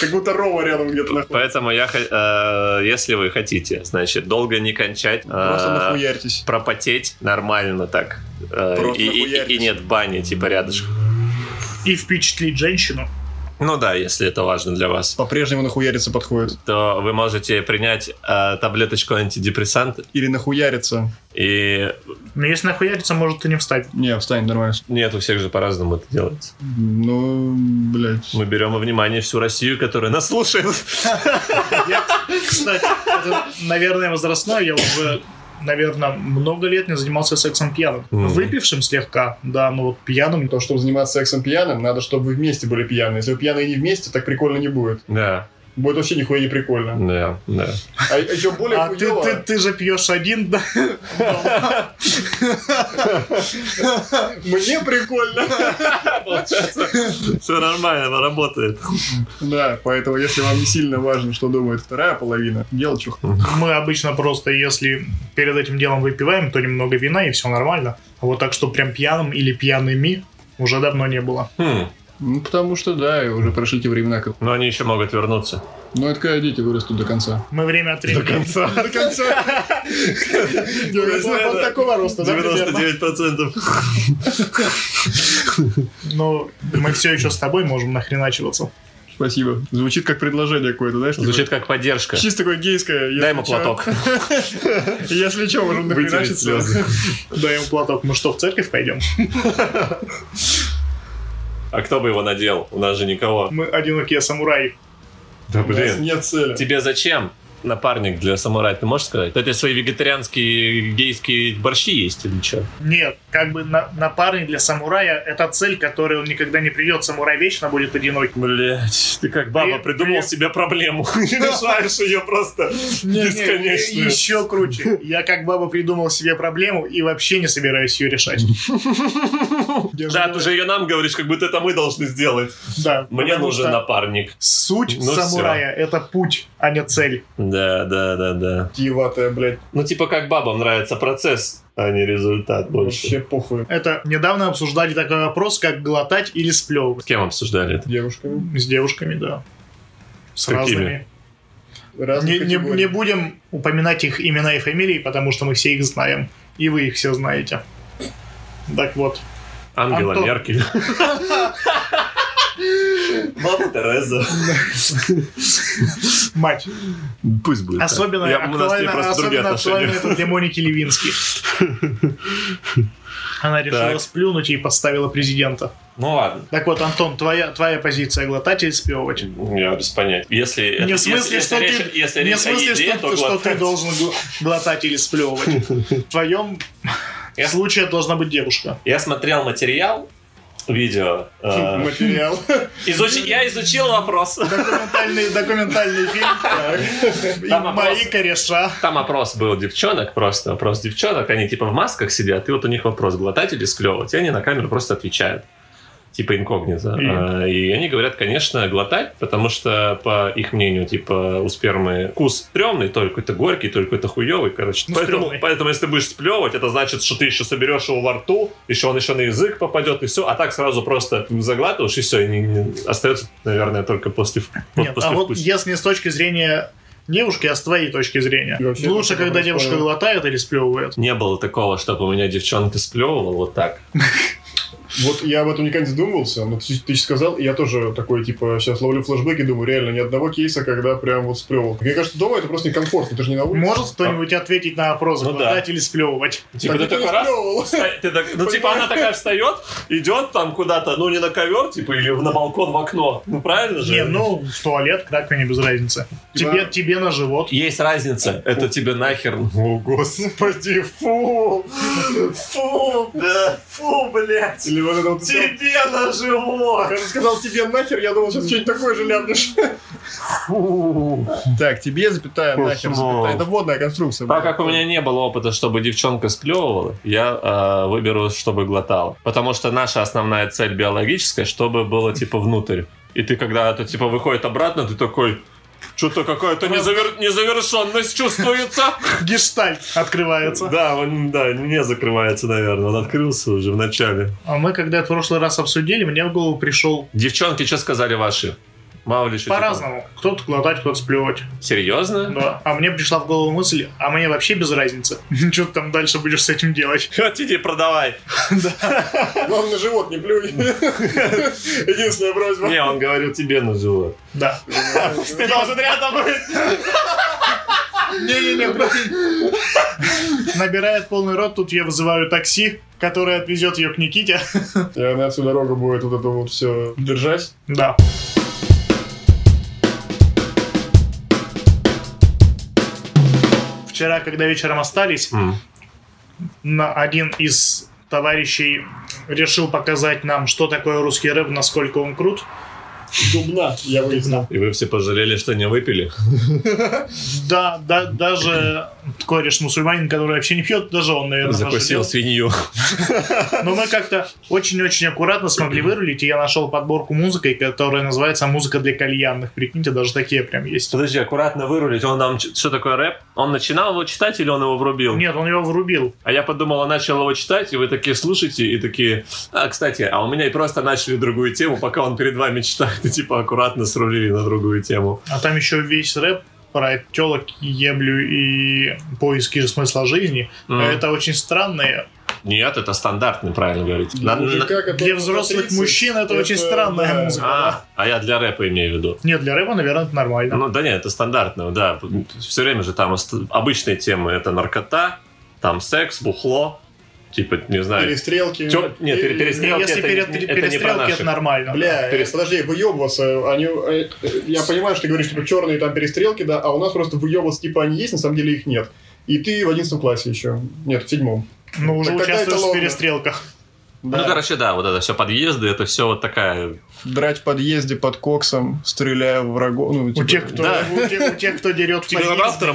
Speaker 3: Как будто Рова рядом где-то находится.
Speaker 1: Поэтому я, хо- э, если вы хотите, значит, долго не кончать, э,
Speaker 3: Просто нахуярьтесь.
Speaker 1: пропотеть нормально так. э,
Speaker 3: Просто
Speaker 1: и, и-
Speaker 3: нахуяритесь.
Speaker 1: и нет бани, типа рядышком.
Speaker 2: И впечатлить женщину.
Speaker 1: Ну да, если это важно для вас,
Speaker 3: По-прежнему нахуяриться подходит.
Speaker 1: то вы можете принять э, таблеточку антидепрессант
Speaker 3: Или нахуяриться.
Speaker 1: и
Speaker 2: Но если нахуяриться, может и не встать.
Speaker 3: Не, встань, нормально.
Speaker 1: нет, у всех же по-разному это делается.
Speaker 3: Ну, блядь.
Speaker 1: Мы берем во внимание всю Россию, которая нас слушает.
Speaker 2: Я, кстати, это, наверное, возрастное. Я уже, наверное, много лет не занимался сексом пьяным.
Speaker 1: Мгм.
Speaker 2: Выпившим слегка, да, но вот пьяным...
Speaker 3: То, чтобы заниматься сексом пьяным, надо, чтобы вы вместе были пьяны. Если вы пьяные не вместе, так прикольно не будет.
Speaker 1: Да,
Speaker 3: Будет вообще нихуя не прикольно.
Speaker 1: да, да.
Speaker 3: А еще более
Speaker 2: А ты,
Speaker 3: хуёво-
Speaker 2: ты, ты же пьешь один, да?
Speaker 3: Мне прикольно.
Speaker 1: Все нормально, работает.
Speaker 3: Да, поэтому если вам не сильно важно, что думает вторая половина, делать что
Speaker 2: Мы обычно просто, если перед этим делом выпиваем, то немного вина и все нормально. А вот так, что прям пьяным или пьяными уже давно не было.
Speaker 1: Хм,
Speaker 3: Ну, потому что, да, и уже прошли те времена. Как...
Speaker 1: но они еще могут вернуться.
Speaker 3: Ну, это когда дети вырастут до конца.
Speaker 2: Мы время от времени...
Speaker 3: До конца. Вот такого роста, да, примерно?
Speaker 1: 99%.
Speaker 2: Но мы все еще с тобой можем нахреначиваться.
Speaker 3: Спасибо. Звучит как предложение какое-то, знаешь? типа,
Speaker 1: Звучит как поддержка.
Speaker 3: Чисто такое гейское. если
Speaker 1: Дай ему
Speaker 3: чё-
Speaker 1: платок.
Speaker 3: Если что, можем
Speaker 1: Вытереть
Speaker 3: нахреначиться.
Speaker 1: слезы.
Speaker 2: Даем платок. Мы что, в церковь пойдем?
Speaker 1: А кто бы его надел? У нас же никого.
Speaker 2: Мы одинокие самураи.
Speaker 1: Да
Speaker 3: У нас нет цели.
Speaker 1: Тебе зачем напарник для самурая, ты можешь сказать? У тебя свои вегетарианские гейские борщи есть или что?
Speaker 2: Нет, как бы на- напарник для самурая — это цель, которой он никогда не придет. Самурай вечно будет одинок.
Speaker 1: Блять, ты как баба
Speaker 2: Привет,
Speaker 1: придумал
Speaker 2: привет.
Speaker 1: себе проблему. И решаешь ее просто бесконечную.
Speaker 2: еще круче. Я как баба придумал себе проблему и вообще не собираюсь ее решать. Я
Speaker 1: Да,
Speaker 2: же-
Speaker 1: ты же ее нам говоришь, как будто это мы должны сделать.
Speaker 2: Да,
Speaker 1: Мне
Speaker 2: потому
Speaker 1: нужен
Speaker 2: что
Speaker 1: напарник.
Speaker 2: Суть
Speaker 1: Ну
Speaker 2: самурая — это путь, а не цель.
Speaker 1: Да, да, да, да.
Speaker 3: Киеватая, блядь.
Speaker 1: Ну, типа, как бабам нравится процесс, а не результат больше.
Speaker 3: Вообще похуй.
Speaker 2: Это недавно обсуждали такой вопрос, как глотать или
Speaker 1: С
Speaker 2: сплевывать.
Speaker 1: кем обсуждали это?
Speaker 3: Девушками.
Speaker 2: С девушками, да. С
Speaker 1: Какими?
Speaker 2: разными. Не,
Speaker 3: Разных
Speaker 2: не-
Speaker 3: категорий.
Speaker 2: не будем упоминать их имена и фамилии, потому что мы все их знаем. И вы их все знаете. Так вот.
Speaker 1: Ангела
Speaker 2: Антон.
Speaker 1: Меркель. Мама Тереза.
Speaker 2: Мать.
Speaker 1: Пусть будет. так.
Speaker 2: Особенно,
Speaker 1: Я- у нас с ней
Speaker 2: актуально,
Speaker 1: просто другие
Speaker 2: особенно актуально
Speaker 1: отношения.
Speaker 2: это для Моники Левински. Она решила
Speaker 1: Так.
Speaker 2: сплюнуть и подставила президента.
Speaker 1: Ну ладно.
Speaker 2: Так вот, Антон, твоя, твоя позиция глотать или сплевывать?
Speaker 1: Я без понятия. Если
Speaker 2: Не
Speaker 1: это-
Speaker 2: в смысле,
Speaker 1: если-
Speaker 2: что
Speaker 1: если
Speaker 2: ты,
Speaker 1: речь- если
Speaker 2: не
Speaker 1: речь
Speaker 2: в
Speaker 1: о
Speaker 2: смысле,
Speaker 1: еде,
Speaker 2: что,
Speaker 1: то
Speaker 2: ты- что ты
Speaker 1: глотать.
Speaker 2: должен гл- глотать или сплевывать. В твоем
Speaker 1: Я-
Speaker 2: случае должна быть девушка.
Speaker 1: Я смотрел материал видео. Э,
Speaker 3: Материал.
Speaker 1: изучи- Я изучил вопрос.
Speaker 2: Документальный, документальный фильм.
Speaker 3: Так.
Speaker 2: И
Speaker 1: Там
Speaker 2: мои
Speaker 1: вопрос.
Speaker 2: кореша.
Speaker 1: Там опрос был девчонок просто, опрос девчонок, они типа в масках сидят, и вот у них вопрос, глотать или склевывать, и они на камеру просто отвечают, типа инкогнито.
Speaker 2: И?
Speaker 1: А, И они говорят, конечно, глотать, потому что, по их мнению, типа у спермы вкус стрёмный, то ли какой-то горький, то ли какой-то хуёвый, короче.
Speaker 2: Ну,
Speaker 1: поэтому,
Speaker 2: стрёмный.
Speaker 1: поэтому если ты будешь сплевывать, это значит, что ты еще соберешь его во рту, еще он еще на язык попадет, и все, а так сразу просто заглатываешь, и все, и не- не- остается, наверное, только после,
Speaker 2: Нет, а вот
Speaker 1: послевкусие.
Speaker 2: если с точки зрения девушки, а с твоей точки зрения.
Speaker 3: И вообще,
Speaker 2: Лучше,
Speaker 3: это
Speaker 2: когда
Speaker 3: такое
Speaker 2: девушка
Speaker 3: исполнение.
Speaker 2: глотает или сплевывает.
Speaker 1: Не было такого, чтобы у меня девчонка сплевывала вот так.
Speaker 3: Вот я об этом никогда не задумывался, но ты, ты сейчас сказал, и я тоже такой, типа, сейчас ловлю флешбеки, думаю, реально, ни одного кейса, когда прям вот сплевал. Мне кажется, дома это просто некомфортно, ты же не на улице.
Speaker 2: Может кто-нибудь ответить на вопрос,
Speaker 1: Ну да.
Speaker 2: глотать или сплевывать?
Speaker 1: Типа, ты
Speaker 3: Так
Speaker 1: такой
Speaker 3: не
Speaker 1: раз,
Speaker 3: сплевывал.
Speaker 1: вста- ты так- ну, типа, она такая встает, идет там куда-то, ну, не на ковер, типа, или на балкон в окно. Ну, правильно же?
Speaker 2: Не, ну, в туалет, к раковине, без разницы.
Speaker 3: Да.
Speaker 2: Тебе, тебе на живот.
Speaker 1: Есть разница. Это тебе нахер. О, господи, фу. Фу, да, фу, блядь.
Speaker 3: Или вот это вот...
Speaker 1: Тебе на живот.
Speaker 3: Я же сказал тебе нахер, я думал, сейчас что-нибудь такое же ляпнешь.
Speaker 1: Фу.
Speaker 3: Так, тебе запятая
Speaker 1: Фу,
Speaker 3: нахер
Speaker 1: снова.
Speaker 3: запятая. Это водная конструкция.
Speaker 1: Так
Speaker 3: блядь.
Speaker 1: как у меня не было опыта, чтобы девчонка сплевывала, я э, выберу, чтобы глотала. Потому что наша основная цель биологическая, чтобы было типа внутрь. И ты когда это типа выходит обратно, ты такой, что-то какая-то незавер- незавершенность чувствуется.
Speaker 2: Гештальт открывается.
Speaker 1: Да, он, да, не закрывается, наверное, он открылся уже в начале.
Speaker 2: А мы когда это в прошлый раз обсудили, мне в голову пришел
Speaker 1: Девчонки, что сказали ваши? Мало ли что. типа,
Speaker 2: по-разному. Кто-то глотать, кто-то сплевать.
Speaker 1: Серьезно?
Speaker 2: Да. А мне пришла в голову мысль, а мне вообще без разницы. Что ты там дальше будешь с этим делать?
Speaker 1: Хотите, продавай.
Speaker 3: Главное, живот не плюй. Единственная просьба.
Speaker 1: Не, он говорил тебе на живот.
Speaker 2: Да.
Speaker 1: Ты должен рядом быть.
Speaker 2: Не-не-не, блин. Набирает полный рот, тут я вызываю такси, которое отвезет ее к Никите.
Speaker 3: И она всю дорогу будет вот это вот все держать.
Speaker 2: Да. Вчера, когда вечером остались,
Speaker 1: М.
Speaker 2: на один из товарищей решил показать нам, что такое русский рэп, насколько он крут.
Speaker 3: Дубна, я выяснил.
Speaker 1: И вы все пожалели, что не выпили?
Speaker 2: Да, да, даже кореш мусульманин, который вообще не пьет, даже он, наверное,
Speaker 1: Закусил
Speaker 2: пожалел.
Speaker 1: свинью.
Speaker 2: Но мы как-то очень-очень аккуратно смогли вырулить, и я нашел подборку музыки, которая называется «Музыка для кальянных». Прикиньте, даже такие прям есть.
Speaker 1: Подожди, аккуратно вырулить. Он нам ч- что такое рэп? Он начинал его читать или он его врубил?
Speaker 2: Нет, он его врубил.
Speaker 1: А я подумал, он начал его читать, и вы такие слушаете, и такие... А, кстати, а у меня и просто начали другую тему, пока он перед вами читает, и типа аккуратно срулили на другую тему.
Speaker 2: А там еще весь рэп про телок, еблю и поиски смысла жизни. А
Speaker 1: М.
Speaker 2: Это очень странно.
Speaker 1: Нет, это стандартный, правильно говорить.
Speaker 3: Для мужика,
Speaker 2: Для
Speaker 3: которому
Speaker 2: взрослых
Speaker 3: 30,
Speaker 2: мужчин это очень странная
Speaker 3: да.
Speaker 2: музыка.
Speaker 1: А, а я для рэпа имею в виду.
Speaker 2: Нет, для рэпа, наверное, это нормально.
Speaker 1: Ну да нет, это стандартно, да. Все время же там ост- обычные темы. Это наркота, там секс, бухло. Типа, не знаю,
Speaker 3: Перестрелки.
Speaker 1: Тё- нет,
Speaker 3: Или-
Speaker 1: перестрелки.
Speaker 2: И Если
Speaker 1: это
Speaker 2: перед
Speaker 1: не- это не про
Speaker 2: перестрелки,
Speaker 1: наших.
Speaker 2: это нормально.
Speaker 3: Бля,
Speaker 1: Перес-
Speaker 3: э, подожди, выебываться. Они, э, э, я понимаю, что ты говоришь, типа, черные там перестрелки, да, а у нас просто выебываться, типа, они есть, на самом деле их нет. И ты в 11 классе еще. Нет, в седьмом.
Speaker 2: Но Ну, уже
Speaker 3: Так какая это
Speaker 2: участвуешь в
Speaker 3: логика?
Speaker 2: перестрелках.
Speaker 1: Ну, короче, да, вот это все подъезды, это все вот такая...
Speaker 3: Драть в подъезде под коксом, стреляя в врагов. Ну,
Speaker 2: У тех, кто,
Speaker 1: Типа, да. Типа,
Speaker 2: у тех, у тех, кто дерет в подъезд.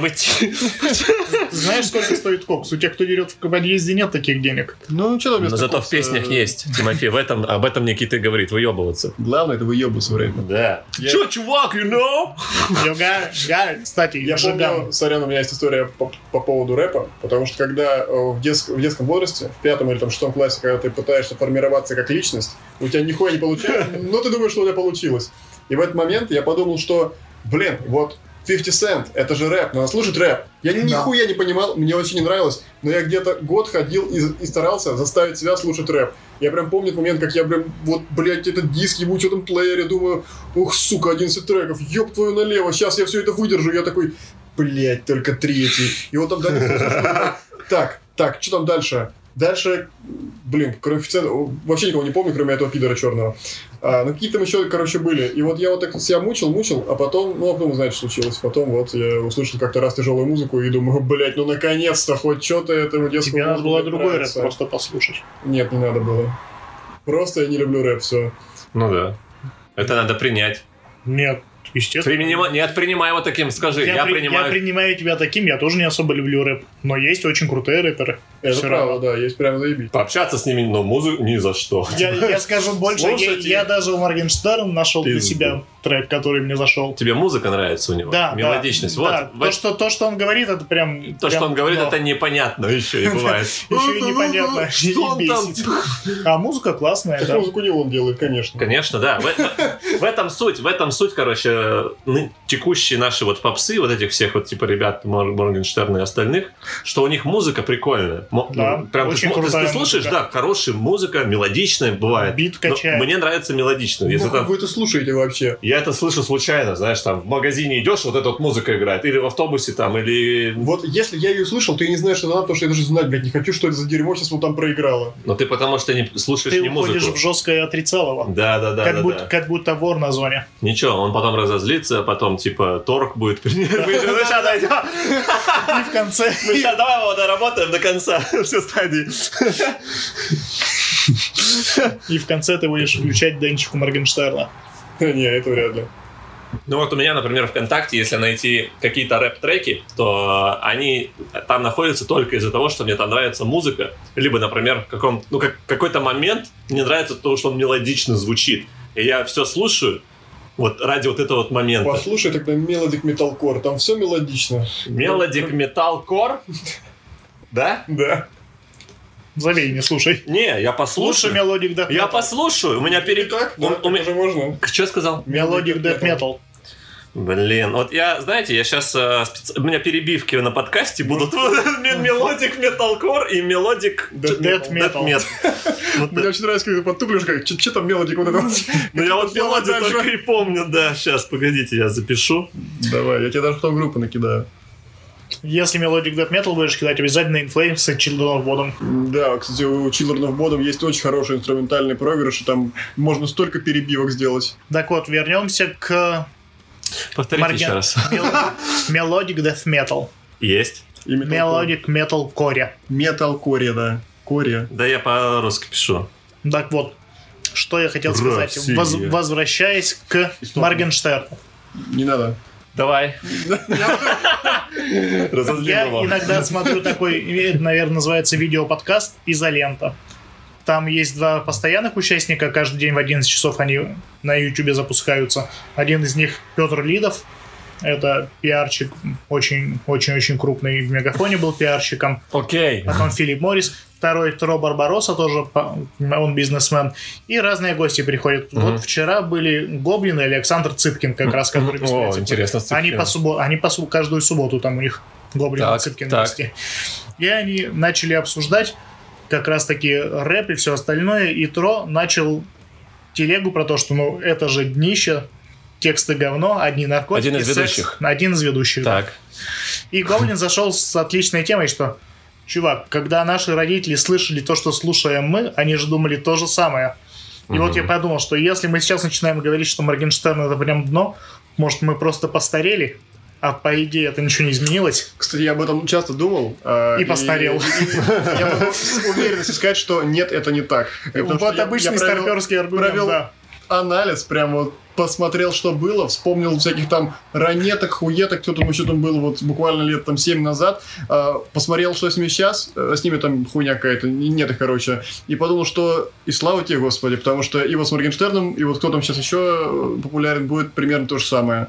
Speaker 1: быть.
Speaker 2: Знаешь, сколько стоит кокс? У тех, кто дерет в подъезде, нет таких денег.
Speaker 3: Ну, что
Speaker 1: Но
Speaker 3: там вместо
Speaker 1: зато в
Speaker 3: кокса?
Speaker 1: песнях есть, Тимофей, в этом, об этом Никита и говорит, выебываться.
Speaker 3: Главное, это выебываться время.
Speaker 1: Да.
Speaker 3: Я-
Speaker 1: Чё, чувак, you know?
Speaker 2: Йога, га- кстати,
Speaker 3: Я
Speaker 2: Жиган.
Speaker 3: помню, сорян, у меня есть история по, по поводу рэпа, потому что когда э, в, дет- в детском возрасте, в пятом или там шестом классе, когда ты пытаешься формироваться как личность, у тебя нихуя не получается, но ты думаешь, что у тебя получилось. И в этот момент я подумал, что, блин, вот 50 Cent, это же рэп, надо слушать рэп. Я ни-
Speaker 2: Да.
Speaker 3: нихуя не понимал, мне очень не нравилось, но я где-то год ходил и, и старался заставить себя слушать рэп. Я прям помню этот момент, как я прям, вот, блядь, этот диск ему что там плеере, думаю, ух, сука, 11 треков, ёб твою налево, сейчас я все это выдержу. Я такой, блядь, только третий. И вот там дальше... Так, так, что там дальше? Дальше, блин, коэффициент, вообще никого не помню, кроме этого пидора черного. А, ну, какие там еще, короче, были. И вот я вот так себя мучил, мучил, а потом, ну, а потом, знаете, что случилось. Потом вот я услышал как-то раз тяжелую музыку и думаю, блядь, ну, наконец-то, хоть что-то этому детскому
Speaker 2: Тебе надо
Speaker 3: мозгу
Speaker 2: было другой рэп
Speaker 3: нравится».
Speaker 2: просто послушать.
Speaker 3: Нет, не надо было. Просто я не люблю рэп, все.
Speaker 1: Ну да. Это надо принять.
Speaker 2: Нет, естественно.
Speaker 1: Принимай- нет, принимай его таким, скажи. Я,
Speaker 2: при-
Speaker 1: принимаю.
Speaker 2: я принимаю тебя таким, я тоже не особо люблю рэп. Но есть очень крутые рэперы.
Speaker 3: Это
Speaker 2: Всё
Speaker 3: право,
Speaker 2: равно.
Speaker 3: да, есть прям заебись.
Speaker 1: Пообщаться с ними, но музыку ни за что. Типа,
Speaker 2: Я, я скажу больше, я-
Speaker 1: Слушайте.
Speaker 2: я, даже у Моргенштерна нашел для
Speaker 1: Пизду.
Speaker 2: себя трек, который мне зашел.
Speaker 1: Тебе музыка нравится у него?
Speaker 2: Да, да,
Speaker 1: Мелодичность. вот.
Speaker 2: да.
Speaker 1: вот
Speaker 2: То, что, то, что он говорит, это прям...
Speaker 1: то, что он говорит, это непонятно еще и бывает.
Speaker 2: Еще и непонятно,
Speaker 1: Что он
Speaker 2: и
Speaker 1: там?
Speaker 2: бесит. А музыка классная,
Speaker 3: Так
Speaker 2: да.
Speaker 3: музыку не он делает, конечно.
Speaker 1: Конечно, да. В, э, в- в этом суть, в этом суть, короче, э, ны- текущие наши вот попсы, вот этих всех вот типа ребят Мор- Моргенштерна и остальных, что у них музыка прикольная. Мо-
Speaker 2: Да,
Speaker 1: ну, прям ты
Speaker 2: очень
Speaker 1: смо- ты,
Speaker 2: крутая
Speaker 1: ты слушаешь,
Speaker 2: музыка.
Speaker 1: да, хорошая музыка, мелодичная бывает.
Speaker 2: Бит
Speaker 1: Но
Speaker 2: качает.
Speaker 1: Мне нравится мелодичная. Если
Speaker 3: Нахуй
Speaker 1: там-
Speaker 3: Ну, вы это слушаете вообще?
Speaker 1: я это слышу случайно, знаешь, там в магазине идешь, вот эта вот музыка играет, или в автобусе там, или...
Speaker 3: Вот если я ее слышал, то я не знаю, что это она, потому что я даже знать, блядь, не хочу, что это за дерьмо сейчас вот там проиграла.
Speaker 1: Но Ну, ты потому что не слушаешь
Speaker 2: Ты
Speaker 1: не
Speaker 2: уходишь
Speaker 1: музыку.
Speaker 2: в жесткое отрицалово.
Speaker 1: Да, да, да,
Speaker 2: как,
Speaker 1: да,
Speaker 2: будто,
Speaker 1: да.
Speaker 2: как будто вор на зоне.
Speaker 1: Ничего, он потом разозлится, потом типа торг будет. Ну ща, давайте,
Speaker 2: И в конце...
Speaker 1: Мы сейчас давай его доработаем до конца, все стадии.
Speaker 2: И в конце ты будешь включать Денчику Моргенштерна.
Speaker 3: Не, это вряд ли.
Speaker 1: Ну вот у меня, например, ВКонтакте, если найти какие-то рэп-треки, то а, они там находятся только из-за того, что мне там нравится музыка, либо, например, в каком, ну, как, какой-то момент мне нравится то, что он мелодично звучит. И я все слушаю вот ради вот этого вот момента.
Speaker 3: Послушай тогда мелодик металкор, там все мелодично.
Speaker 1: Мелодик металкор. Да?
Speaker 3: Да.
Speaker 2: Забей, не слушай.
Speaker 1: Не, я
Speaker 2: Лучше
Speaker 1: послушаю.
Speaker 2: мелодик дэт
Speaker 1: Я послушаю. У меня перед...
Speaker 3: Так,
Speaker 1: Он-
Speaker 3: да,
Speaker 1: Ну, у меня-
Speaker 3: уже можно.
Speaker 1: Что сказал?
Speaker 2: Мелодик
Speaker 3: Death
Speaker 2: дэт метал.
Speaker 1: Блин, вот я, знаете, я сейчас... У меня перебивки на подкасте будут. М- Мелодик металкор и мелодик...
Speaker 3: Death
Speaker 1: Death
Speaker 2: Death metal.
Speaker 1: metal. Вот
Speaker 3: Мне
Speaker 1: это-
Speaker 3: очень нравится, когда ты подтуплишь, как, че там мелодик вот это вот?»
Speaker 1: Ну я вот
Speaker 3: Слова
Speaker 1: мелодию
Speaker 3: дальше.
Speaker 1: только и помню, да. Сейчас, погодите, я запишу.
Speaker 3: Давай, я тебе даже потом группы накидаю.
Speaker 2: Если мелодик дэт метал будешь кидать, обязательно Inflames и Children of Bodom.
Speaker 3: Да, кстати, у Children of Bodom есть очень хороший инструментальный проигрыш, и там можно столько перебивок сделать.
Speaker 2: Так вот, вернемся к
Speaker 1: Повторите
Speaker 2: Марген-
Speaker 1: еще раз.
Speaker 2: Мелодик Death Metal.
Speaker 1: Есть.
Speaker 3: И
Speaker 2: Мелодик Metal Core.
Speaker 3: Металкоре, да. Коре.
Speaker 1: Да я по-русски пишу.
Speaker 2: Так вот, что я хотел сказать.
Speaker 1: Россия.
Speaker 2: Воз- возвращаясь к
Speaker 3: Снова.
Speaker 2: Моргенштерну.
Speaker 3: Не надо.
Speaker 1: Давай.
Speaker 2: Я
Speaker 1: Разозлил его.
Speaker 2: иногда смотрю такой, это, наверное, называется видеоподкаст «Изолента». Там есть два постоянных участника, каждый день в 11 часов они на ютубе запускаются. Один из них Петр Лидов, это пиарчик, очень-очень-очень крупный в Мегафоне был пиарчиком.
Speaker 1: Окей.
Speaker 2: потом а Филипп Моррис, второй Тро Барбароса тоже, по- он бизнесмен, и разные гости приходят.
Speaker 1: Мгм.
Speaker 2: Вот вчера были Гоблины и Александр Цыпкин как раз, который
Speaker 1: О,
Speaker 2: беспредел.
Speaker 1: интересно, с
Speaker 2: Они
Speaker 1: Цыпкиным.
Speaker 2: по, суббо- они по суб- каждую субботу там у них Гоблины и
Speaker 1: Так,
Speaker 2: Цыпкин
Speaker 1: так.
Speaker 2: гости. И они начали обсуждать как раз таки рэп и все остальное, и Тро начал телегу про то, что ну это же днище, тексты говно, одни наркотики.
Speaker 1: Один из
Speaker 2: секс.
Speaker 1: ведущих.
Speaker 2: Один из ведущих, да.
Speaker 1: Так.
Speaker 2: И Гоблин зашел с отличной темой, что Чувак, когда наши родители слышали то, что слушаем мы, они же думали то же самое. И вот я
Speaker 1: Мгм.
Speaker 2: подумал, что если мы сейчас начинаем говорить, что Моргенштерн это прям дно, может мы просто постарели, а по идее это ничего не изменилось.
Speaker 3: Кстати, я об этом часто думал. а,
Speaker 2: И постарел.
Speaker 3: и- и- Я могу с уверенностью сказать, что нет, это не так. Потому что
Speaker 2: Ну, вот
Speaker 3: я-
Speaker 2: обычный
Speaker 3: я провел-
Speaker 2: старперский аргумент,
Speaker 3: провел-
Speaker 2: да.
Speaker 3: анализ, прям вот посмотрел, что было, вспомнил всяких там ранеток, хуеток, кто там еще там был вот буквально лет там 7 назад, а, посмотрел, что с ними сейчас, а, с ними там хуйня какая-то, не- нет, короче, и подумал, что и слава тебе, господи, потому что и вот с Моргенштерном, и вот кто там сейчас еще э, популярен, будет примерно то же самое.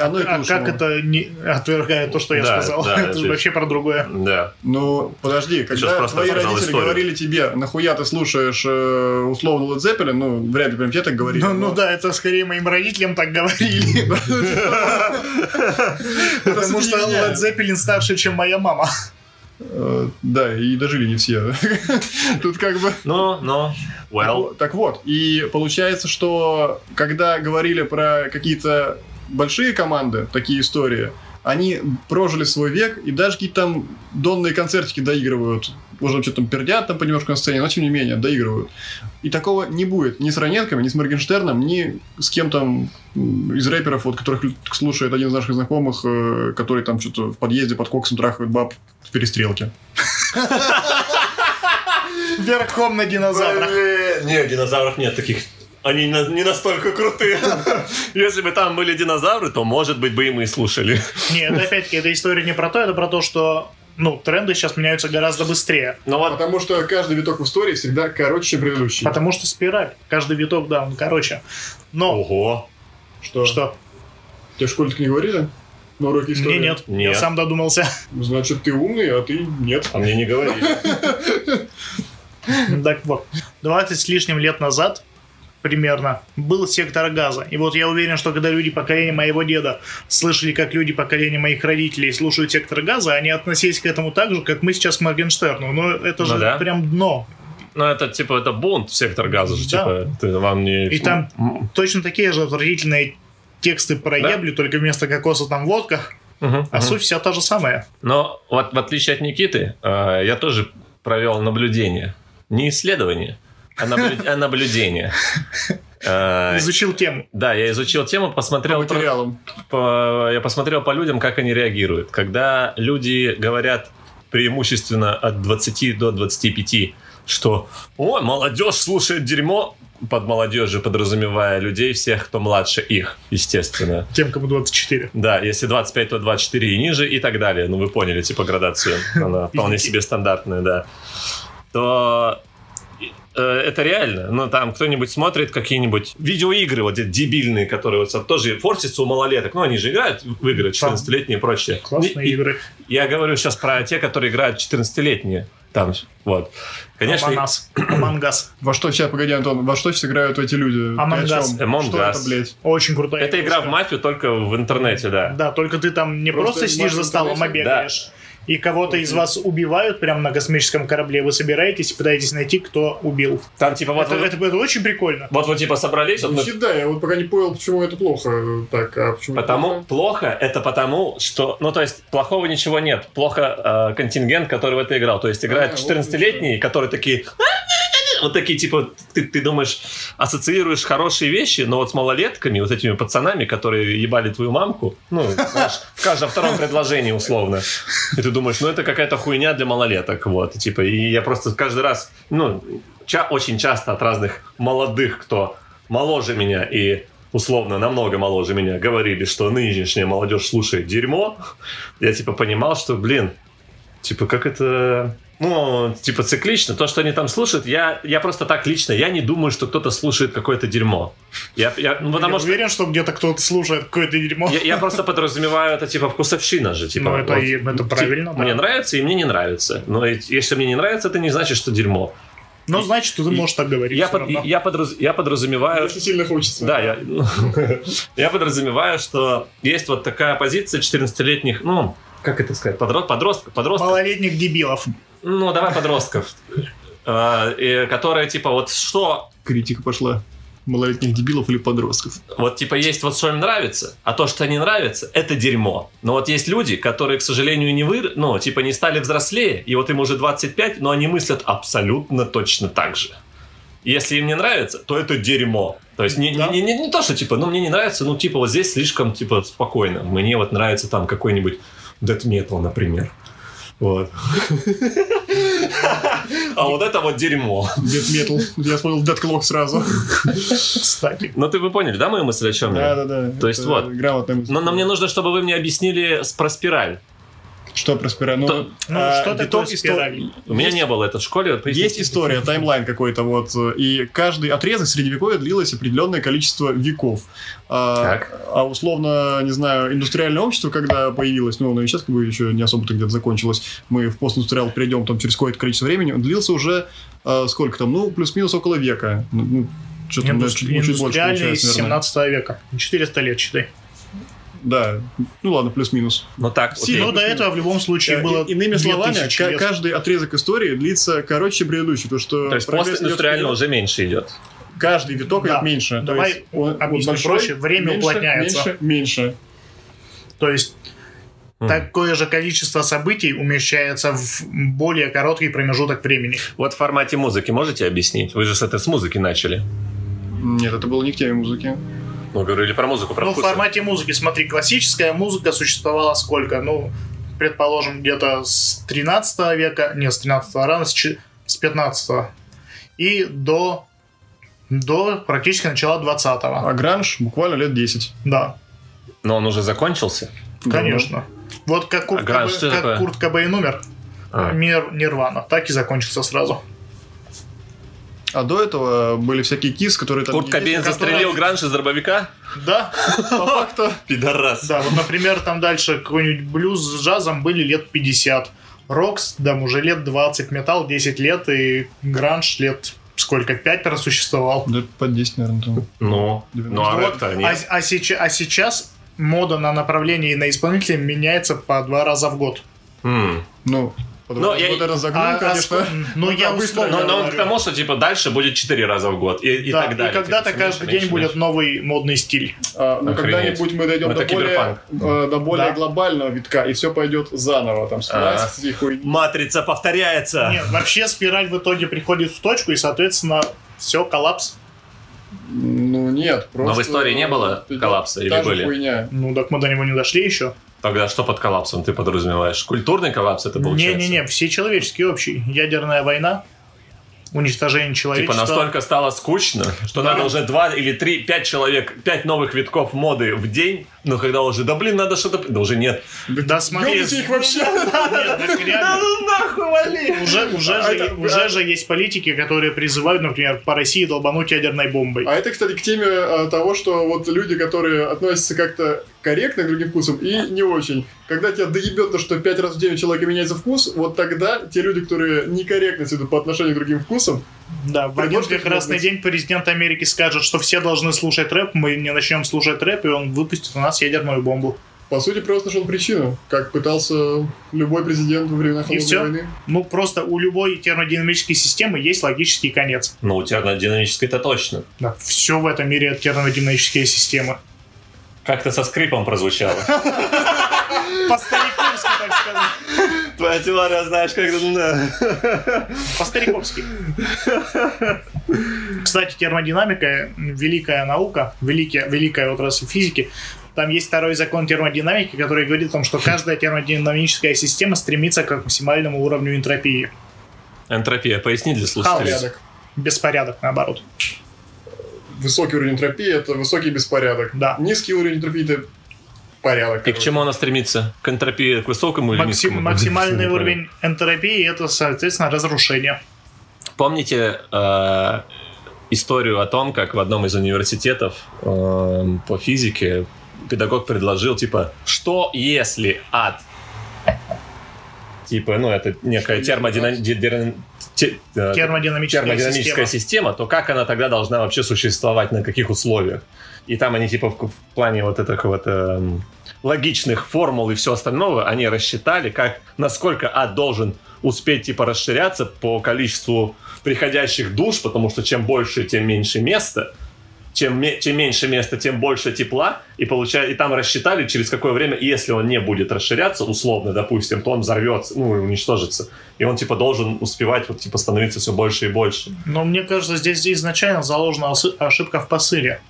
Speaker 3: Оно и к
Speaker 2: А
Speaker 3: лучшему.
Speaker 2: как это не отвергает то, что я
Speaker 1: Да,
Speaker 2: сказал?
Speaker 1: да,
Speaker 2: это
Speaker 1: это
Speaker 2: же
Speaker 1: есть-
Speaker 2: вообще про другое.
Speaker 1: Да.
Speaker 3: Ну, подожди,
Speaker 1: сейчас
Speaker 3: когда
Speaker 1: просто
Speaker 3: твои
Speaker 1: рассказал
Speaker 3: родители
Speaker 1: историю.
Speaker 3: говорили тебе, нахуя ты слушаешь э, условно Led Zeppelin, ну, вряд ли прям тебе так говорили.
Speaker 2: Ну,
Speaker 3: но-
Speaker 2: ну да, это скорее моим родителям так говорили. Потому что
Speaker 3: Среди меня.
Speaker 2: Led Zeppelin старше, чем моя мама.
Speaker 3: Э, Да, и дожили не все. Тут как бы...
Speaker 1: Ну, ну, well.
Speaker 3: Так вот, и получается, что когда говорили про какие-то большие команды, такие истории, они прожили свой век, и даже какие-то там донные концертики доигрывают. Уже что-то там пердят там понемножку на сцене, но тем не менее, доигрывают. И такого не будет ни с Раненками, ни с Моргенштерном, ни с кем там м, из рэперов, вот, которых лю- слушает один из наших знакомых, э, который там что-то в подъезде под коксом трахает баб в перестрелке.
Speaker 2: Верхом на динозаврах.
Speaker 1: Блин, Не, динозавров нет таких. Они на- не настолько крутые. Если бы там были динозавры, то, может быть, бы и мы слушали.
Speaker 2: Нет, это опять-таки, эта история не про то, это про то, что ну, тренды сейчас меняются гораздо быстрее.
Speaker 1: Но Ну вот
Speaker 3: Потому что каждый виток в истории всегда короче, чем предыдущий.
Speaker 2: Потому что спираль. Каждый виток, да, он короче. Но
Speaker 1: Ого.
Speaker 3: Что?
Speaker 2: что?
Speaker 3: Тебе в школе так не говорили? На уроке истории?
Speaker 2: Мне нет.
Speaker 1: Нет.
Speaker 2: Я сам додумался.
Speaker 3: Значит, ты умный, а ты нет.
Speaker 1: А мне не говорили.
Speaker 2: Так вот, 20 с лишним лет назад примерно был сектор газа. И вот я уверен, что когда люди поколения моего деда слышали, как люди поколения моих родителей слушают сектор газа, они относились к этому так же, как мы сейчас к Моргенштерну. Но это
Speaker 1: Ну
Speaker 2: же
Speaker 1: да.
Speaker 2: прям дно.
Speaker 1: Ну, это, типа, это бунт в сектор газа же,
Speaker 2: Да.
Speaker 1: типа, ты вам не...
Speaker 2: И там
Speaker 1: М,
Speaker 2: точно такие же отвратительные тексты про
Speaker 1: Да.
Speaker 2: еблю, только вместо кокоса там водка,
Speaker 1: мгм,
Speaker 2: а
Speaker 1: мгм.
Speaker 2: суть вся та же самая.
Speaker 1: Но вот в отличие от Никиты, э, я тоже провел наблюдение. Не исследование, а, наблю- а наблюдение. Э,
Speaker 2: Изучил тему.
Speaker 1: Да, я изучил тему,
Speaker 3: По
Speaker 1: посмотрел... про-
Speaker 3: материалам.
Speaker 1: по- я посмотрел по людям, как они реагируют. Когда люди говорят преимущественно от 20 до 25, что «О, молодежь слушает дерьмо», под молодежью подразумевая людей всех, кто младше их, естественно.
Speaker 2: Тем, кому 24.
Speaker 1: Да, если 25, то 24 и ниже и так далее. Ну, вы поняли, типа, градацию. Она вполне себе стандартная, да. То э, это реально. Ну, там кто-нибудь смотрит какие-нибудь видеоигры вот эти дебильные, которые вот сам- тоже форсятся у малолеток. Ну, они же играют в игры 14-летние и прочее.
Speaker 2: Классные
Speaker 1: И- и
Speaker 2: игры.
Speaker 1: Я говорю сейчас про те, которые играют 14-летние. Там, вот. Конечно,
Speaker 2: Аманас. Амангас.
Speaker 3: Во что сейчас, погоди, Антон, во что сейчас играют эти люди? Ты о
Speaker 2: Among Us.
Speaker 3: чем?
Speaker 1: Among
Speaker 3: Что
Speaker 1: Us.
Speaker 3: это, блядь?
Speaker 2: Очень крутая
Speaker 1: это игра в
Speaker 2: игрушка.
Speaker 1: мафию только в интернете, да.
Speaker 2: Да, только ты там не
Speaker 3: Просто
Speaker 2: просто, сидишь
Speaker 3: можно
Speaker 2: за столом, а
Speaker 3: понять,
Speaker 2: бегаешь. И кого-то из вас убивают прямо на космическом корабле. Вы собираетесь и пытаетесь найти, кто убил.
Speaker 1: Там, типа, вот
Speaker 2: это,
Speaker 1: вы-
Speaker 2: это- это очень прикольно.
Speaker 1: вот вы, типа, собрались, вот мы
Speaker 3: Звучит, да, я вот пока не понял, почему это плохо. э, Так, а почему это
Speaker 1: Потому
Speaker 3: плохо?
Speaker 1: плохо это потому, что. Ну, то есть, плохого ничего нет. Плохо э, контингент, который в это играл. То есть играют
Speaker 3: А, вот
Speaker 1: 14-летние, которые такие. Вот такие, типа, ты, ты думаешь, ассоциируешь хорошие вещи, но вот с малолетками, вот этими пацанами, которые ебали твою мамку, ну, знаешь, в каждом втором предложении условно. И ты думаешь, ну, это какая-то хуйня для малолеток, вот, и, типа, и я просто каждый раз, ну, ча- очень часто от разных молодых, кто моложе меня и условно намного моложе меня, говорили, что нынешняя молодежь слушает дерьмо, я типа понимал, что, блин, типа как это... Ну, типа циклично, то, что они там слушают, я, я просто так лично, я не думаю, что кто-то слушает какое-то дерьмо. Я, я- ну, потому
Speaker 2: я
Speaker 1: что
Speaker 2: уверен, что где-то кто-то слушает какое-то дерьмо.
Speaker 1: я, я просто подразумеваю, это типа вкусовщина же. Типа,
Speaker 2: Ну, это и- это
Speaker 1: тип-
Speaker 2: правильно, да.
Speaker 1: Мне нравится и мне не нравится. Но и- если мне не нравится, это не значит, что дерьмо.
Speaker 2: Ну, значит, ты можешь так говорить.
Speaker 1: Я,
Speaker 2: всё
Speaker 1: под-
Speaker 2: равно.
Speaker 1: я, подраз- я подразумеваю...
Speaker 3: Если сильно хочется.
Speaker 1: Да, я, ну, я подразумеваю, что есть вот такая позиция 14-летних, ну, как это сказать, подростков, подростков, подростков
Speaker 2: Малолетних дебилов.
Speaker 1: ну, давай подростков, Э, и которые, типа, вот что,
Speaker 3: Критика пошла. Малолетних дебилов или подростков.
Speaker 1: вот, типа, есть вот что им нравится, а то, что не нравится, это дерьмо. Но вот есть люди, которые, к сожалению, не выр... ну, типа, не стали взрослее, и вот им уже 25, но они мыслят абсолютно точно так же. Если им не нравится, то это дерьмо. То есть не, не-
Speaker 2: Да.
Speaker 1: не, не- не то, что типа, ну мне не нравится, ну типа вот здесь слишком типа спокойно. Мне вот нравится там какой-нибудь death metal, например. Вот. А вот это вот дерьмо.
Speaker 3: Дед Метал. Я вспомнил Dead Clock сразу.
Speaker 2: Кстати.
Speaker 1: Ну ты вы поняли, да, мою мысль о чем я?
Speaker 3: Да-да-да.
Speaker 1: То есть
Speaker 3: Это
Speaker 1: вот.
Speaker 3: Грамотная мысль.
Speaker 1: Но, но мне нужно, чтобы вы мне объяснили с- про спираль.
Speaker 3: Что про спираль? Ну,
Speaker 1: То-
Speaker 2: Ну,
Speaker 3: а,
Speaker 2: что
Speaker 3: виток
Speaker 2: такое
Speaker 3: исто-
Speaker 2: спираль?
Speaker 1: У меня
Speaker 3: Есть-
Speaker 1: не было это в школе. вот поясните.
Speaker 3: Есть история, таймлайн какой-то вот, э, и каждый отрезок средневековья длилось определенное количество веков. А,
Speaker 1: Так.
Speaker 3: а условно, не знаю, индустриальное общество, когда появилось, ну, оно и сейчас как бы еще не особо-то где-то закончилось, мы в постиндустриал перейдем там через какое-то количество времени, он длился уже э, сколько там, ну, плюс-минус около века. Ну, Ну, что-то ну,
Speaker 2: Индустри-
Speaker 3: чуть, ну, чуть больше
Speaker 2: Индустриальный из
Speaker 3: получается, наверное.
Speaker 2: 17 века. 400 лет, считай.
Speaker 3: Да, ну ладно, плюс-минус.
Speaker 1: Ну так, окей.
Speaker 3: Сильно
Speaker 2: Ну, до этого в любом случае
Speaker 3: Э,
Speaker 2: было
Speaker 3: и- иными
Speaker 2: 2000
Speaker 3: словами, ка-
Speaker 2: лет.
Speaker 3: каждый отрезок истории длится короче, чем предыдущий, потому что...
Speaker 1: То есть
Speaker 3: прогресс
Speaker 1: после
Speaker 3: идет вперед.
Speaker 1: индустриального уже меньше идет.
Speaker 3: каждый виток
Speaker 2: Да.
Speaker 3: идет меньше. То
Speaker 2: Давай
Speaker 3: есть он- он
Speaker 2: объясню
Speaker 3: большой,
Speaker 2: проще. Время
Speaker 3: меньше,
Speaker 2: уплотняется.
Speaker 3: Меньше, меньше.
Speaker 2: То есть
Speaker 1: Мгм.
Speaker 2: такое же количество событий умещается в более короткий промежуток времени.
Speaker 1: Вот в формате музыки можете объяснить? Вы же с этой с музыки начали.
Speaker 3: Нет, это было не к теме музыки.
Speaker 1: Ну, говорили про музыку, про
Speaker 2: ну,
Speaker 1: вкусы.
Speaker 2: в формате музыки, смотри, классическая музыка существовала сколько? Ну, предположим, где-то с 13 века, не, с 13 рано, с, че- с 15 и до, до практически начала 20-го.
Speaker 3: А Гранж буквально лет 10.
Speaker 2: Да,
Speaker 1: Но он уже закончился.
Speaker 2: конечно. Вот как, Курт,
Speaker 1: А Гранж
Speaker 2: Кобе-
Speaker 1: что
Speaker 2: как
Speaker 1: такое?
Speaker 2: Курт Кобейн умер,
Speaker 1: А.
Speaker 2: мир Нирвана так и закончился сразу.
Speaker 3: А до этого были всякие кис, которые там...
Speaker 1: Курт
Speaker 3: не-
Speaker 1: Кобейн
Speaker 2: который-
Speaker 1: застрелил Гранж из дробовика?
Speaker 2: Да, по факту.
Speaker 1: Пидорас.
Speaker 2: Да, вот, например, там дальше какой-нибудь блюз с джазом были лет 50. Рокс, там уже лет 20, металл 10 лет, и гранж лет сколько, 5 просуществовал.
Speaker 3: Да, под 10, наверное, там.
Speaker 1: Ну, ну а
Speaker 2: Вот,
Speaker 1: рэп-то
Speaker 2: а,
Speaker 1: нет.
Speaker 2: а сейчас, а сейчас мода на направление и на исполнителя меняется по два раза в год.
Speaker 1: М. Ну,
Speaker 3: Ну, подумал,
Speaker 1: я-
Speaker 3: вот это загнул,
Speaker 2: А- а
Speaker 3: конечно.
Speaker 2: ск- ну, я
Speaker 3: да, быстро,
Speaker 2: условно
Speaker 1: Ну, но он к
Speaker 2: говорю.
Speaker 1: тому, что типа дальше будет 4 раза в год. И, и
Speaker 2: Да,
Speaker 1: так далее.
Speaker 2: и когда-то
Speaker 1: Типа,
Speaker 2: каждый
Speaker 1: меньше,
Speaker 2: день
Speaker 1: меньше,
Speaker 2: будет
Speaker 1: меньше.
Speaker 2: новый модный стиль.
Speaker 3: А, ну,
Speaker 1: Охренеть.
Speaker 3: когда-нибудь мы дойдем
Speaker 1: Это
Speaker 3: до более,
Speaker 1: киберпанк.
Speaker 3: э, до более
Speaker 2: Да.
Speaker 3: глобального витка, и все пойдет заново, там, с
Speaker 1: А.
Speaker 3: властью и хуйней.
Speaker 1: Матрица повторяется.
Speaker 2: Нет, вообще спираль в итоге приходит в точку, и, соответственно, все, коллапс.
Speaker 3: Ну, нет, просто...
Speaker 1: Но в истории не было
Speaker 3: идет
Speaker 1: коллапса или
Speaker 3: та же
Speaker 1: были?
Speaker 3: хуйня.
Speaker 2: Ну, так мы до него не дошли еще.
Speaker 1: Тогда что под коллапсом ты подразумеваешь? Культурный коллапс это получается?
Speaker 2: Не-не-не, все человеческие общие. Ядерная война, уничтожение
Speaker 1: Типа
Speaker 2: человечества.
Speaker 1: настолько стало скучно, что
Speaker 2: Да.
Speaker 1: надо уже два или три, пять человек, пять новых витков моды в день, но когда уже, да блин, надо что-то... Да уже нет.
Speaker 2: Да смотри,
Speaker 3: Ёбните их вообще!
Speaker 2: нет, так реально.
Speaker 1: ну нахуй, вали!
Speaker 2: Уже, уже,
Speaker 3: А
Speaker 2: же,
Speaker 3: это-
Speaker 2: уже же есть политики, которые призывают, например, по России долбануть ядерной бомбой.
Speaker 3: А это, кстати, к теме э, того, что вот люди, которые относятся как-то корректно к другим вкусам и не очень. Когда тебя доебет то, что пять раз в день у человека меняется вкус, вот тогда те люди, которые некорректно себя ведут по отношению к другим вкусам,
Speaker 2: Да, в один
Speaker 3: Предложите
Speaker 2: прекрасный день
Speaker 3: что-нибудь.
Speaker 2: президент Америки скажет, что все должны слушать рэп, мы не начнем слушать рэп, и он выпустит у нас ядерную бомбу.
Speaker 3: по сути, просто нашел причину, как пытался любой президент во времена холодной
Speaker 2: всё?
Speaker 3: войны.
Speaker 2: Ну, просто у любой термодинамической системы есть логический конец.
Speaker 1: Ну, у тебя на динамической это точно.
Speaker 2: Да, все в этом мире термодинамические системы.
Speaker 1: Как-то со скрипом прозвучало.
Speaker 2: По-стариковски, так сказать.
Speaker 1: Твоя теория, знаешь, как...
Speaker 2: По-стариковски. Кстати, термодинамика – великая наука, великая, великая отрасль физики. Там есть второй закон термодинамики, который говорит о том, что каждая термодинамическая система стремится к максимальному уровню энтропии.
Speaker 1: Энтропия, поясни для слушателей.
Speaker 2: Хаос.
Speaker 3: Порядок.
Speaker 2: Беспорядок, наоборот.
Speaker 3: Высокий уровень энтропии — это высокий беспорядок.
Speaker 2: Да.
Speaker 3: Низкий уровень энтропии — это порядок.
Speaker 1: И к чему она стремится? К энтропии, к высокому или
Speaker 2: Максим-
Speaker 1: низкому?
Speaker 2: максимальный
Speaker 1: Не понял.
Speaker 2: уровень энтропии – это, соответственно, разрушение.
Speaker 1: Помните э, историю о том, как в одном из университетов э, по физике педагог предложил, типа, что если ад? Типа, ну, это некая
Speaker 3: Что если
Speaker 1: термодина-
Speaker 3: ад?
Speaker 1: ди- дир- те- э,
Speaker 2: Термодинамическая,
Speaker 1: термодинамическая
Speaker 2: система.
Speaker 1: система, то как она тогда должна вообще существовать, на каких условиях? И там они типа в, в плане вот этих вот эм, логичных формул и все остального, они рассчитали, как, насколько ад должен успеть типа расширяться по количеству приходящих душ, потому что чем больше, тем меньше места, чем, ме- чем меньше места, тем больше тепла, и, получа- и там рассчитали, через какое время, и если он не будет расширяться, условно, допустим, то он взорвется, ну, и уничтожится. И он, типа, должен успевать, вот, типа, становиться все больше и больше.
Speaker 2: Но мне кажется, здесь изначально заложена осы- ошибка в посыле.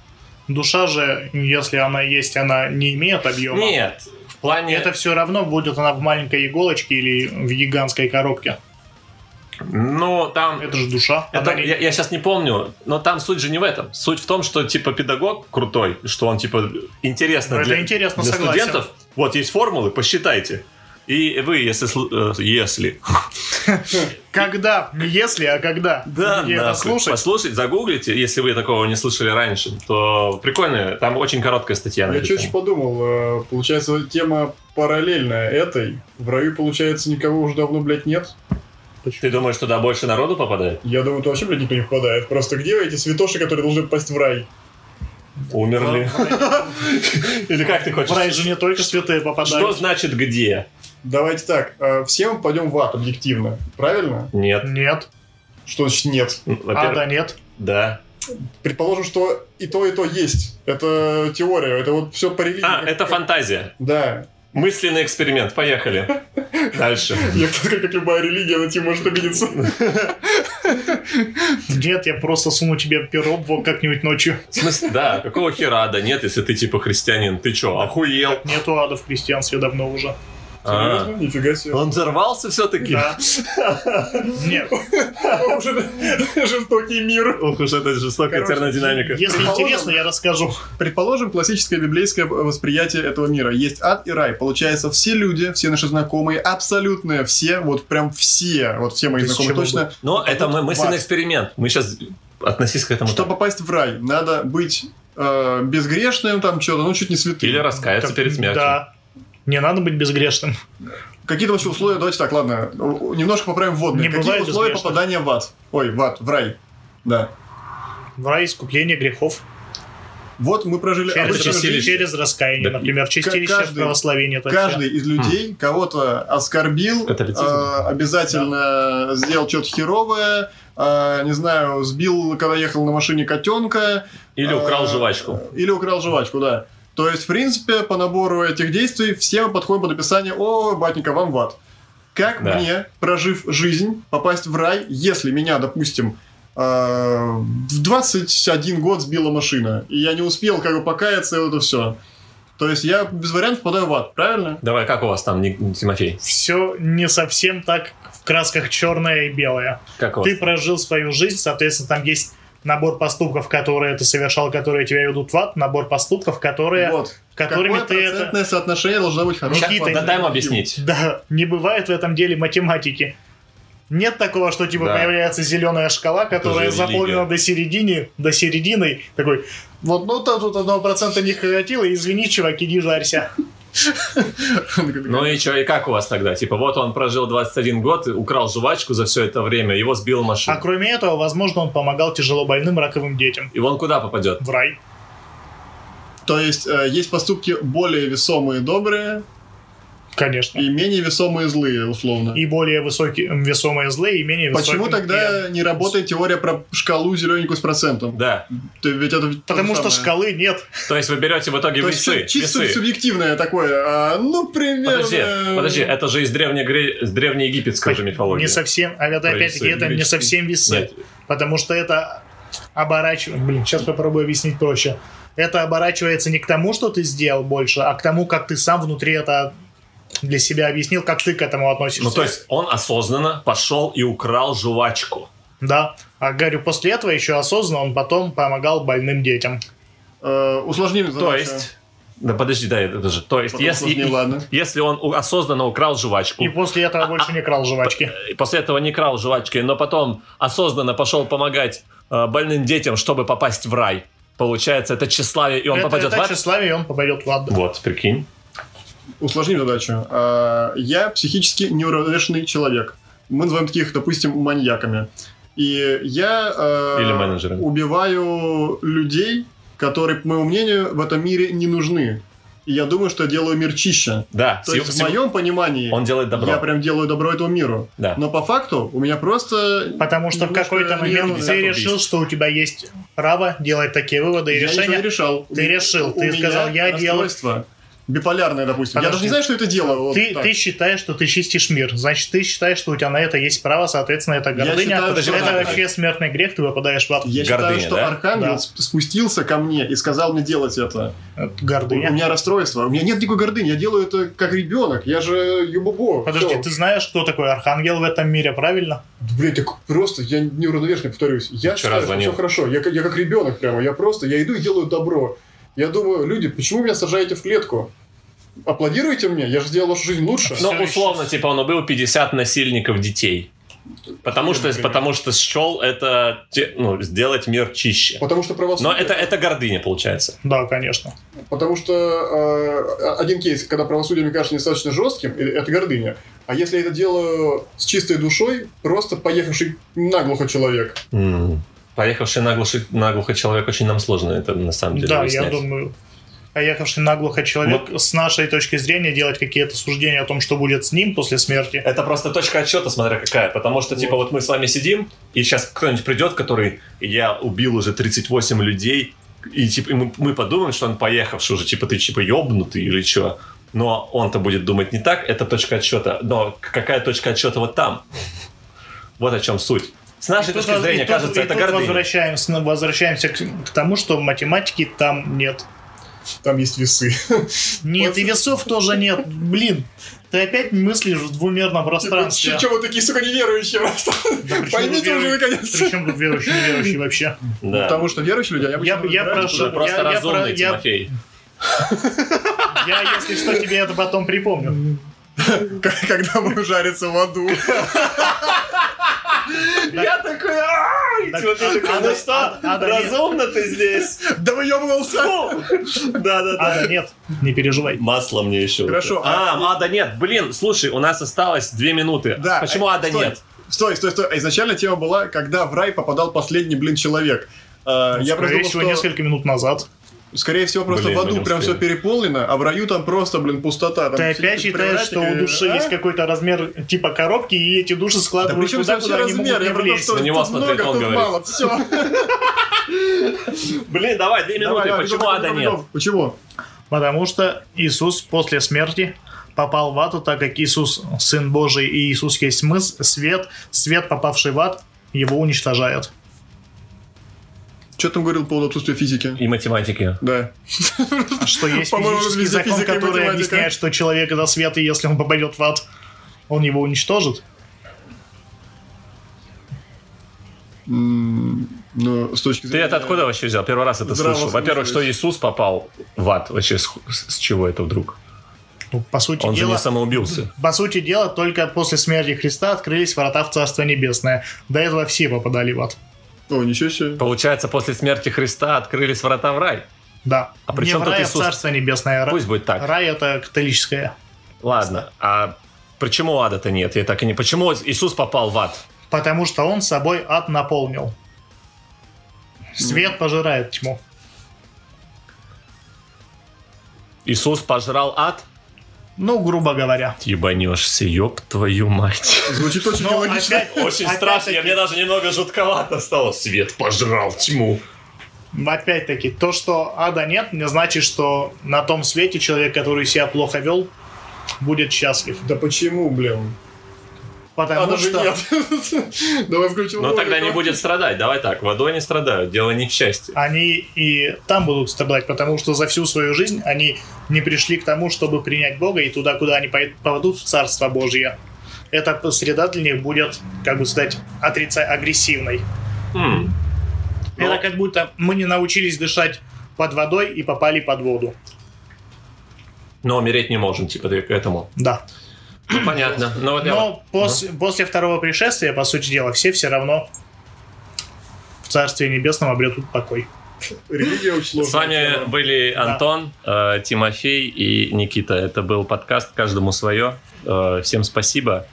Speaker 2: Душа же, если она есть, она не имеет объема.
Speaker 1: Нет, в плане...
Speaker 2: Это все равно будет она в маленькой иголочке или в гигантской коробке.
Speaker 1: Ну, там...
Speaker 2: Это же душа.
Speaker 1: это-
Speaker 2: Она не-
Speaker 1: я, сейчас не помню, но там суть же не в этом. Суть в том, что, типа, педагог крутой, что он, типа, интересно
Speaker 2: Ну, это
Speaker 1: для,
Speaker 2: интересно,
Speaker 1: для
Speaker 2: согласен.
Speaker 1: студентов. Вот есть формулы, посчитайте. И вы, если... слу- э, Если...
Speaker 2: Когда? Не если, а когда?
Speaker 1: Да,
Speaker 2: Где это
Speaker 1: нахуй.
Speaker 2: слушать?
Speaker 1: Послушать, загуглите, если вы такого не слышали раньше, то прикольная, там очень короткая статья.
Speaker 3: Я
Speaker 1: написана.
Speaker 3: чуть подумал, э, получается, тема параллельная этой. В раю, получается, никого уже давно, блядь, нет.
Speaker 1: Ты думаешь, туда больше народу попадает?
Speaker 3: Я думаю, тут вообще, блядь, никто не попадает. Просто где эти святоши, которые должны попасть в рай?
Speaker 1: Умерли. Или как ты
Speaker 2: В рай
Speaker 1: хочешь?
Speaker 2: же не только святые
Speaker 1: Что
Speaker 2: попадают.
Speaker 1: значит где?
Speaker 3: Давайте так, э, все мы пойдем в ад, объективно. Правильно?
Speaker 1: Нет.
Speaker 2: Нет.
Speaker 3: Что значит нет?
Speaker 2: А,
Speaker 1: Во-первых,
Speaker 2: да, нет.
Speaker 1: да.
Speaker 3: Предположим, что и то, и то есть. Это теория, это вот все по религии.
Speaker 1: А,
Speaker 3: Как-
Speaker 1: это
Speaker 3: как-
Speaker 1: фантазия.
Speaker 3: Да.
Speaker 1: Мысленный эксперимент. Поехали. Дальше.
Speaker 3: Я как, как любая религия, на тебе может обидеться.
Speaker 2: Нет, я просто суну тебе перо в бок как-нибудь ночью.
Speaker 1: В смысле, да, какого хера, да нет, если ты типа христианин, ты чё, охуел?
Speaker 2: Нету ада в христианстве давно уже.
Speaker 1: А.
Speaker 3: Серьезно? Нифига себе.
Speaker 1: Он взорвался все-таки?
Speaker 2: Да. Нет,
Speaker 3: Ох уж этот Жестокий мир.
Speaker 1: Ох уж эта жестокая
Speaker 3: Короче,
Speaker 1: термодинамика.
Speaker 2: если
Speaker 3: Предположим-
Speaker 2: интересно, я расскажу.
Speaker 3: Предположим, классическое библейское восприятие этого мира. Есть ад и рай. Получается, все люди, все наши знакомые, абсолютно все, вот прям все, вот все мои
Speaker 2: То есть
Speaker 3: знакомые
Speaker 2: чего
Speaker 3: точно,
Speaker 1: Но это мы- мысленный
Speaker 3: Вас.
Speaker 1: эксперимент. Мы сейчас относись к этому
Speaker 3: Чтобы
Speaker 1: так.
Speaker 3: попасть в рай, надо быть э, безгрешным, там что-то, ну чуть не святым.
Speaker 1: Или раскаяться
Speaker 2: Как-
Speaker 1: перед смертью.
Speaker 2: Да. Не надо быть безгрешным.
Speaker 3: Какие-то вообще условия, давайте так, ладно, у- у- немножко поправим вводные.
Speaker 2: Не
Speaker 3: Какие
Speaker 2: бывает
Speaker 3: условия
Speaker 2: безгрешных.
Speaker 3: попадания в ад? Ой, в ад, в рай. Да.
Speaker 2: В рай искупление грехов
Speaker 3: Вот мы прожили
Speaker 2: через,
Speaker 3: обычную
Speaker 2: рас-
Speaker 1: чистилище.
Speaker 3: жизнь.
Speaker 2: через раскаяние,
Speaker 1: Да,
Speaker 2: например, в чистилище
Speaker 3: каждый-
Speaker 2: в православении. это
Speaker 3: Каждый из людей кого-то оскорбил,
Speaker 1: Католицизм.
Speaker 3: э, обязательно сделал что-то херовое, э, не знаю, сбил, когда ехал на машине котенка,
Speaker 1: Или украл
Speaker 3: А,
Speaker 1: жвачку.
Speaker 3: Или украл жвачку, да. То есть, в принципе, по набору этих действий все мы подходим под описание «О, батенька, вам в ад». Как
Speaker 1: Да.
Speaker 3: мне, прожив жизнь, попасть в рай, если меня, допустим, э, в 21 год сбила машина, и я не успел как бы покаяться, и вот это все. То есть я без вариантов попадаю в ад, правильно?
Speaker 1: Давай, как у вас там, Ник- Тимофей?
Speaker 2: Все не совсем так в красках черное и белое.
Speaker 1: Как у вас?
Speaker 2: Ты прожил свою жизнь, соответственно, там есть набор поступков, которые ты совершал, которые тебя ведут в ад, набор поступков, которые,
Speaker 3: Вот.
Speaker 2: которыми
Speaker 3: Какое
Speaker 2: ты это...
Speaker 3: процентное соотношение должно быть хорошее?
Speaker 1: Щас,
Speaker 2: Никита,
Speaker 1: вот, да,
Speaker 2: не-
Speaker 1: дай ему объяснить.
Speaker 2: Да, не бывает в этом деле математики. Нет такого, что типа
Speaker 1: Да.
Speaker 2: появляется зеленая шкала, которая
Speaker 1: религия.
Speaker 2: заполнена до середины, до середины, такой, вот ну там тут одного процента не хватило, извини, чувак, иди жарься.
Speaker 1: Ну и что, и как у вас тогда? Типа, вот он прожил 21 год, украл жвачку за все это время, его сбила
Speaker 2: А
Speaker 1: машина.
Speaker 2: кроме этого, возможно, он помогал тяжело больным раковым
Speaker 3: А
Speaker 2: детям.
Speaker 1: И он куда попадет?
Speaker 2: В рай.
Speaker 3: То есть э, есть поступки более весомые добрые
Speaker 2: Конечно.
Speaker 3: и менее весомые злые, условно.
Speaker 2: И более высокие, весомые злые, и менее высокие.
Speaker 3: Почему тогда не работает теория про шкалу зелененькую с процентом?
Speaker 1: Да.
Speaker 3: Ты ведь это ведь то
Speaker 2: Потому
Speaker 3: же
Speaker 2: что
Speaker 3: самое.
Speaker 2: шкалы нет.
Speaker 1: То есть вы берете в итоге
Speaker 3: То есть
Speaker 1: весы.
Speaker 3: всё чисто
Speaker 1: весы.
Speaker 3: субъективное такое. а, ну, примерно... э,
Speaker 1: Подожди, подожди, это же из древнегре- из древнеегипетской же мифологии.
Speaker 2: Не совсем, а это
Speaker 1: Про
Speaker 2: опять-таки
Speaker 1: весы,
Speaker 2: это не
Speaker 1: греческие.
Speaker 2: совсем весы.
Speaker 1: Нет,
Speaker 2: Потому что это оборачивается... Блин, сейчас попробую объяснить проще. Это оборачивается не к тому, что ты сделал больше, а к тому, как ты сам внутри это для себя объяснил, как ты к этому относишься.
Speaker 1: ну то есть он осознанно пошел и украл жвачку.
Speaker 2: Да. А говорю, после этого еще осознанно он потом помогал больным детям.
Speaker 3: Э, усложним
Speaker 1: То
Speaker 3: задачу.
Speaker 1: есть... Да подожди, да, это же. То есть,
Speaker 3: Потом
Speaker 1: если,
Speaker 3: усложним, ладно.
Speaker 1: если он у- осознанно украл жвачку,
Speaker 2: И после
Speaker 1: А,
Speaker 2: этого больше не крал жвачки.
Speaker 1: и после этого не крал жвачки, но потом осознанно пошел помогать э, больным детям, чтобы попасть в рай. Получается, это тщеславие, и он
Speaker 2: это,
Speaker 1: попадет
Speaker 2: это
Speaker 1: в ад.
Speaker 2: тщеславие, и он попадет в ад.
Speaker 1: Вот, прикинь.
Speaker 3: Усложним задачу. А, я психически неуравновешенный человек. Мы называем таких, допустим, маньяками. И я э,
Speaker 1: Или менеджерами.
Speaker 3: убиваю людей, которые, по моему мнению, в этом мире не нужны. И я думаю, что я делаю мир чище.
Speaker 1: Да,
Speaker 3: То
Speaker 1: сего-
Speaker 3: есть, в
Speaker 1: А всего-
Speaker 3: моем понимании...
Speaker 1: он делает добро.
Speaker 3: Я прям делаю добро этому миру.
Speaker 1: Да.
Speaker 3: Но по факту у меня просто...
Speaker 2: Потому что в
Speaker 3: немножко
Speaker 2: какой-то момент
Speaker 3: нервный
Speaker 2: ты
Speaker 1: убийств.
Speaker 2: решил, что у тебя есть право делать такие выводы и
Speaker 3: Я ничего не
Speaker 2: решения.
Speaker 3: решал.
Speaker 2: Ты решил, ты
Speaker 3: меня
Speaker 2: сказал, я делаю.
Speaker 3: расстройство Биполярное, допустим. Я
Speaker 2: Подожди.
Speaker 3: даже не знаю, что это дело. вот
Speaker 2: Ты,
Speaker 3: так.
Speaker 2: ты считаешь, что ты чистишь мир. Значит, ты считаешь, что у тебя на это есть право, соответственно, это
Speaker 3: Я
Speaker 2: гордыня.
Speaker 3: считаю,
Speaker 1: что
Speaker 2: это
Speaker 1: да.
Speaker 2: вообще смертный грех, ты попадаешь в ад.
Speaker 3: Я
Speaker 1: Гордыня,
Speaker 3: считаю, что
Speaker 1: да?
Speaker 3: Архангел
Speaker 2: Да.
Speaker 3: сп- спустился ко мне и сказал мне делать это.
Speaker 2: Это
Speaker 3: У, у
Speaker 2: Гордыня.
Speaker 3: меня расстройство. У меня нет никакой гордыни. Я делаю это как ребенок. Я же юбобо.
Speaker 2: Подожди,
Speaker 3: Всё.
Speaker 2: ты знаешь, кто такой архангел в этом мире, правильно?
Speaker 3: Блин, так просто, я неуравновешенный, повторюсь. Я
Speaker 1: Вчера
Speaker 3: считаю, что
Speaker 1: звонил.
Speaker 3: все хорошо. Я, как- я как ребенок прямо. Я просто, я иду и делаю добро. Я думаю, люди, почему меня сажаете в клетку? Аплодируйте мне, я же сделал вашу жизнь лучше.
Speaker 1: Ну,
Speaker 2: Всё еще-
Speaker 1: условно, типа, он убил 50 насильников детей. Потому что,
Speaker 3: Например.
Speaker 1: потому что счел это те- ну, сделать мир чище.
Speaker 3: Потому что правосудие.
Speaker 1: Но это, это гордыня, получается.
Speaker 2: Да, конечно.
Speaker 3: Потому что э, один кейс, когда правосудие, мне кажется, недостаточно жестким, и- это гордыня. А если я это делаю с чистой душой, просто поехавший наглухо человек.
Speaker 1: М. Поехавший наглухо, наглухо человек очень нам сложно это на самом деле
Speaker 2: Да, я
Speaker 1: выяснять.
Speaker 2: думаю. Поехавший наглухо человек, с нашей точки зрения, делать какие-то суждения о том, что будет с ним после смерти.
Speaker 1: Это просто точка отчета, смотря какая. Потому что, типа, вот мы с вами сидим, и сейчас кто-нибудь придет, который я убил уже 38 людей, и типа и мы, мы подумаем, что он поехавший уже, типа, ты типа ёбнутый или что. Но он-то будет думать не так, это точка отчета. Но к- какая точка отчета вот там? Вот о чем суть. С нашей
Speaker 2: И тут
Speaker 1: точки
Speaker 2: воз-
Speaker 1: зрения,
Speaker 2: и тут-
Speaker 1: кажется,
Speaker 2: и
Speaker 1: это
Speaker 2: тут
Speaker 1: гордыня.
Speaker 2: возвращаемся, возвращаемся к, к тому, что математики там нет.
Speaker 3: Там есть весы.
Speaker 2: Нет, и весов тоже нет. Блин, ты опять мыслишь в двумерном пространстве.
Speaker 3: Че вы такие, сука, неверующие просто?
Speaker 2: Да при чём
Speaker 3: Поймите
Speaker 2: тут
Speaker 3: уже,
Speaker 2: веру-
Speaker 3: наконец.
Speaker 2: При чём тут верующий, неверующий вообще?
Speaker 1: Да.
Speaker 3: Потому что верующие люди, а я
Speaker 2: Я-
Speaker 3: обычно
Speaker 2: я
Speaker 3: выбираю
Speaker 2: прошу-
Speaker 3: туда.
Speaker 1: Да, просто
Speaker 2: я- я
Speaker 1: разумный,
Speaker 2: про- я-
Speaker 1: Тимофей.
Speaker 2: Я, если что, тебе это потом припомню.
Speaker 3: К- Когда мы жарится в аду. Я такой, «Ай!»
Speaker 2: Так,
Speaker 3: Тимофей
Speaker 2: а-
Speaker 3: такой,
Speaker 2: а-
Speaker 3: «Ну
Speaker 2: а-
Speaker 3: что,
Speaker 2: а- а-
Speaker 1: Разумно ты здесь.
Speaker 3: Да выебывался! Да, да, да.
Speaker 2: А, да, нет, не переживай.
Speaker 1: Масло мне еще.
Speaker 3: Хорошо,
Speaker 1: А, ада нет. Блин, слушай, у нас осталось две минуты.
Speaker 3: Да,
Speaker 1: Почему
Speaker 3: э,
Speaker 1: ада
Speaker 3: стой,
Speaker 1: нет?
Speaker 3: Стой, стой, стой. А Изначально тема была, когда в рай попадал последний, блин, человек. Э, Я просто
Speaker 2: Ну, Скорее
Speaker 3: думал,
Speaker 2: всего,
Speaker 3: что-
Speaker 2: несколько минут назад.
Speaker 3: Скорее всего, просто
Speaker 1: Блин,
Speaker 3: в
Speaker 1: мы не
Speaker 3: аду прям все
Speaker 1: успели.
Speaker 3: переполнено, а в раю там просто, блин, пустота. Там
Speaker 2: Ты
Speaker 3: все
Speaker 2: опять
Speaker 3: эти
Speaker 2: считаешь, что у
Speaker 3: превратики,
Speaker 2: души
Speaker 3: а?
Speaker 2: есть какой-то размер типа коробки, и эти души
Speaker 3: Да
Speaker 2: складывают
Speaker 3: причем
Speaker 2: туда,
Speaker 3: вообще
Speaker 2: куда они
Speaker 3: размер,
Speaker 2: могут не
Speaker 3: я про то,
Speaker 2: влезть.
Speaker 3: что
Speaker 1: На него
Speaker 3: тут
Speaker 1: смотрит, он
Speaker 3: много, тут
Speaker 1: говорит.
Speaker 3: мало, все.
Speaker 1: Блин, давай, две минуты. Почему ада нет?
Speaker 3: Почему?
Speaker 2: Потому что Иисус после смерти попал в ад, так как Иисус Сын Божий и Иисус есть мыс, свет, свет, попавший в ад, его уничтожает.
Speaker 3: Что там говорил по поводу отсутствия физики?
Speaker 1: И математики.
Speaker 3: Да.
Speaker 2: Что есть
Speaker 3: По-моему,
Speaker 2: физический
Speaker 3: везде
Speaker 2: закон,
Speaker 3: физика и
Speaker 2: который
Speaker 3: математика.
Speaker 2: объясняет, что человек это свет, и если он попадет в ад, он его уничтожит.
Speaker 3: М, Но Ну, с точки
Speaker 1: Ты
Speaker 3: зрения...
Speaker 1: это откуда вообще взял? Первый раз это
Speaker 3: Здраво
Speaker 1: слышу. Во-первых, что
Speaker 3: смыслящий.
Speaker 1: Иисус попал в ад вообще с, с чего это вдруг?
Speaker 2: Ну, по сути
Speaker 1: Он же
Speaker 2: дела,
Speaker 1: не самоубился.
Speaker 2: по сути дела, только после смерти Христа открылись врата в Царство Небесное. До этого все попадали в ад.
Speaker 3: О, ничего себе.
Speaker 1: Получается, после смерти Христа открылись врата в рай.
Speaker 2: Да.
Speaker 1: А при чем
Speaker 2: не в
Speaker 1: тут
Speaker 2: рай, а в
Speaker 1: Иисус?
Speaker 2: Царство Небесное. Ра-
Speaker 1: Пусть будет так.
Speaker 2: Рай это католическое.
Speaker 1: Ладно, а почему ада-то нет? Я так и не... Почему Иисус попал в ад?
Speaker 2: Потому что он собой ад наполнил.
Speaker 3: Ну.
Speaker 2: Свет пожирает тьму.
Speaker 1: Иисус пожрал ад?
Speaker 2: Ну, грубо говоря.
Speaker 1: Ебанешься, ёб твою мать.
Speaker 3: Звучит Ну, очень нелогично.
Speaker 2: Ну, опять- опять-таки-
Speaker 1: даже немного жутковато стало. Свет пожрал тьму.
Speaker 2: Опять-таки, то, что ада нет, не значит, что на том свете человек, который себя плохо вел, будет счастлив.
Speaker 3: Да почему, блин?
Speaker 2: Потому
Speaker 3: Ада же
Speaker 2: что...
Speaker 3: нет. Давай включим
Speaker 1: Ну тогда не
Speaker 3: логику.
Speaker 1: будет страдать. Давай так, в аду не страдают. Дело не в счастье.
Speaker 2: они и там будут страдать, потому что за всю свою жизнь они не пришли к тому, чтобы принять Бога, и туда, куда они поед- попадут, в Царство Божье. Эта среда для них будет, как бы сказать, отрица агрессивной.
Speaker 1: М. Ну.
Speaker 2: Это как будто мы не научились дышать под водой и попали под воду.
Speaker 1: Но умереть не можем, типа ты к этому.
Speaker 2: Да.
Speaker 1: Ну понятно. Ну вот я вот-
Speaker 2: Но пос- после второго пришествия, по сути дела, все все равно в Царстве Небесном обретут покой.
Speaker 3: Религия очень сложная.
Speaker 1: С вами
Speaker 3: тема.
Speaker 1: были
Speaker 2: Да.
Speaker 1: Антон, э, Тимофей и Никита. Это был подкаст «Каждому свое». Э, всем спасибо.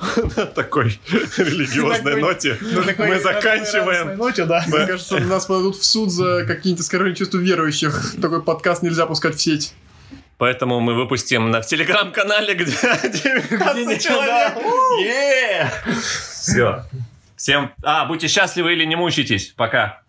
Speaker 1: На такой религиозной
Speaker 3: Такой-
Speaker 1: ноте
Speaker 3: такой-
Speaker 1: мы
Speaker 3: на такой
Speaker 1: заканчиваем.
Speaker 2: Ноте, да.
Speaker 3: Мне кажется, нас подадут в суд за какие-нибудь оскорбления чувств верующих. Такой подкаст нельзя пускать в сеть.
Speaker 1: Поэтому мы выпустим на в телеграм-канале, где 19 человек. Все. Всем... А, будьте счастливы или не мучитесь. Пока.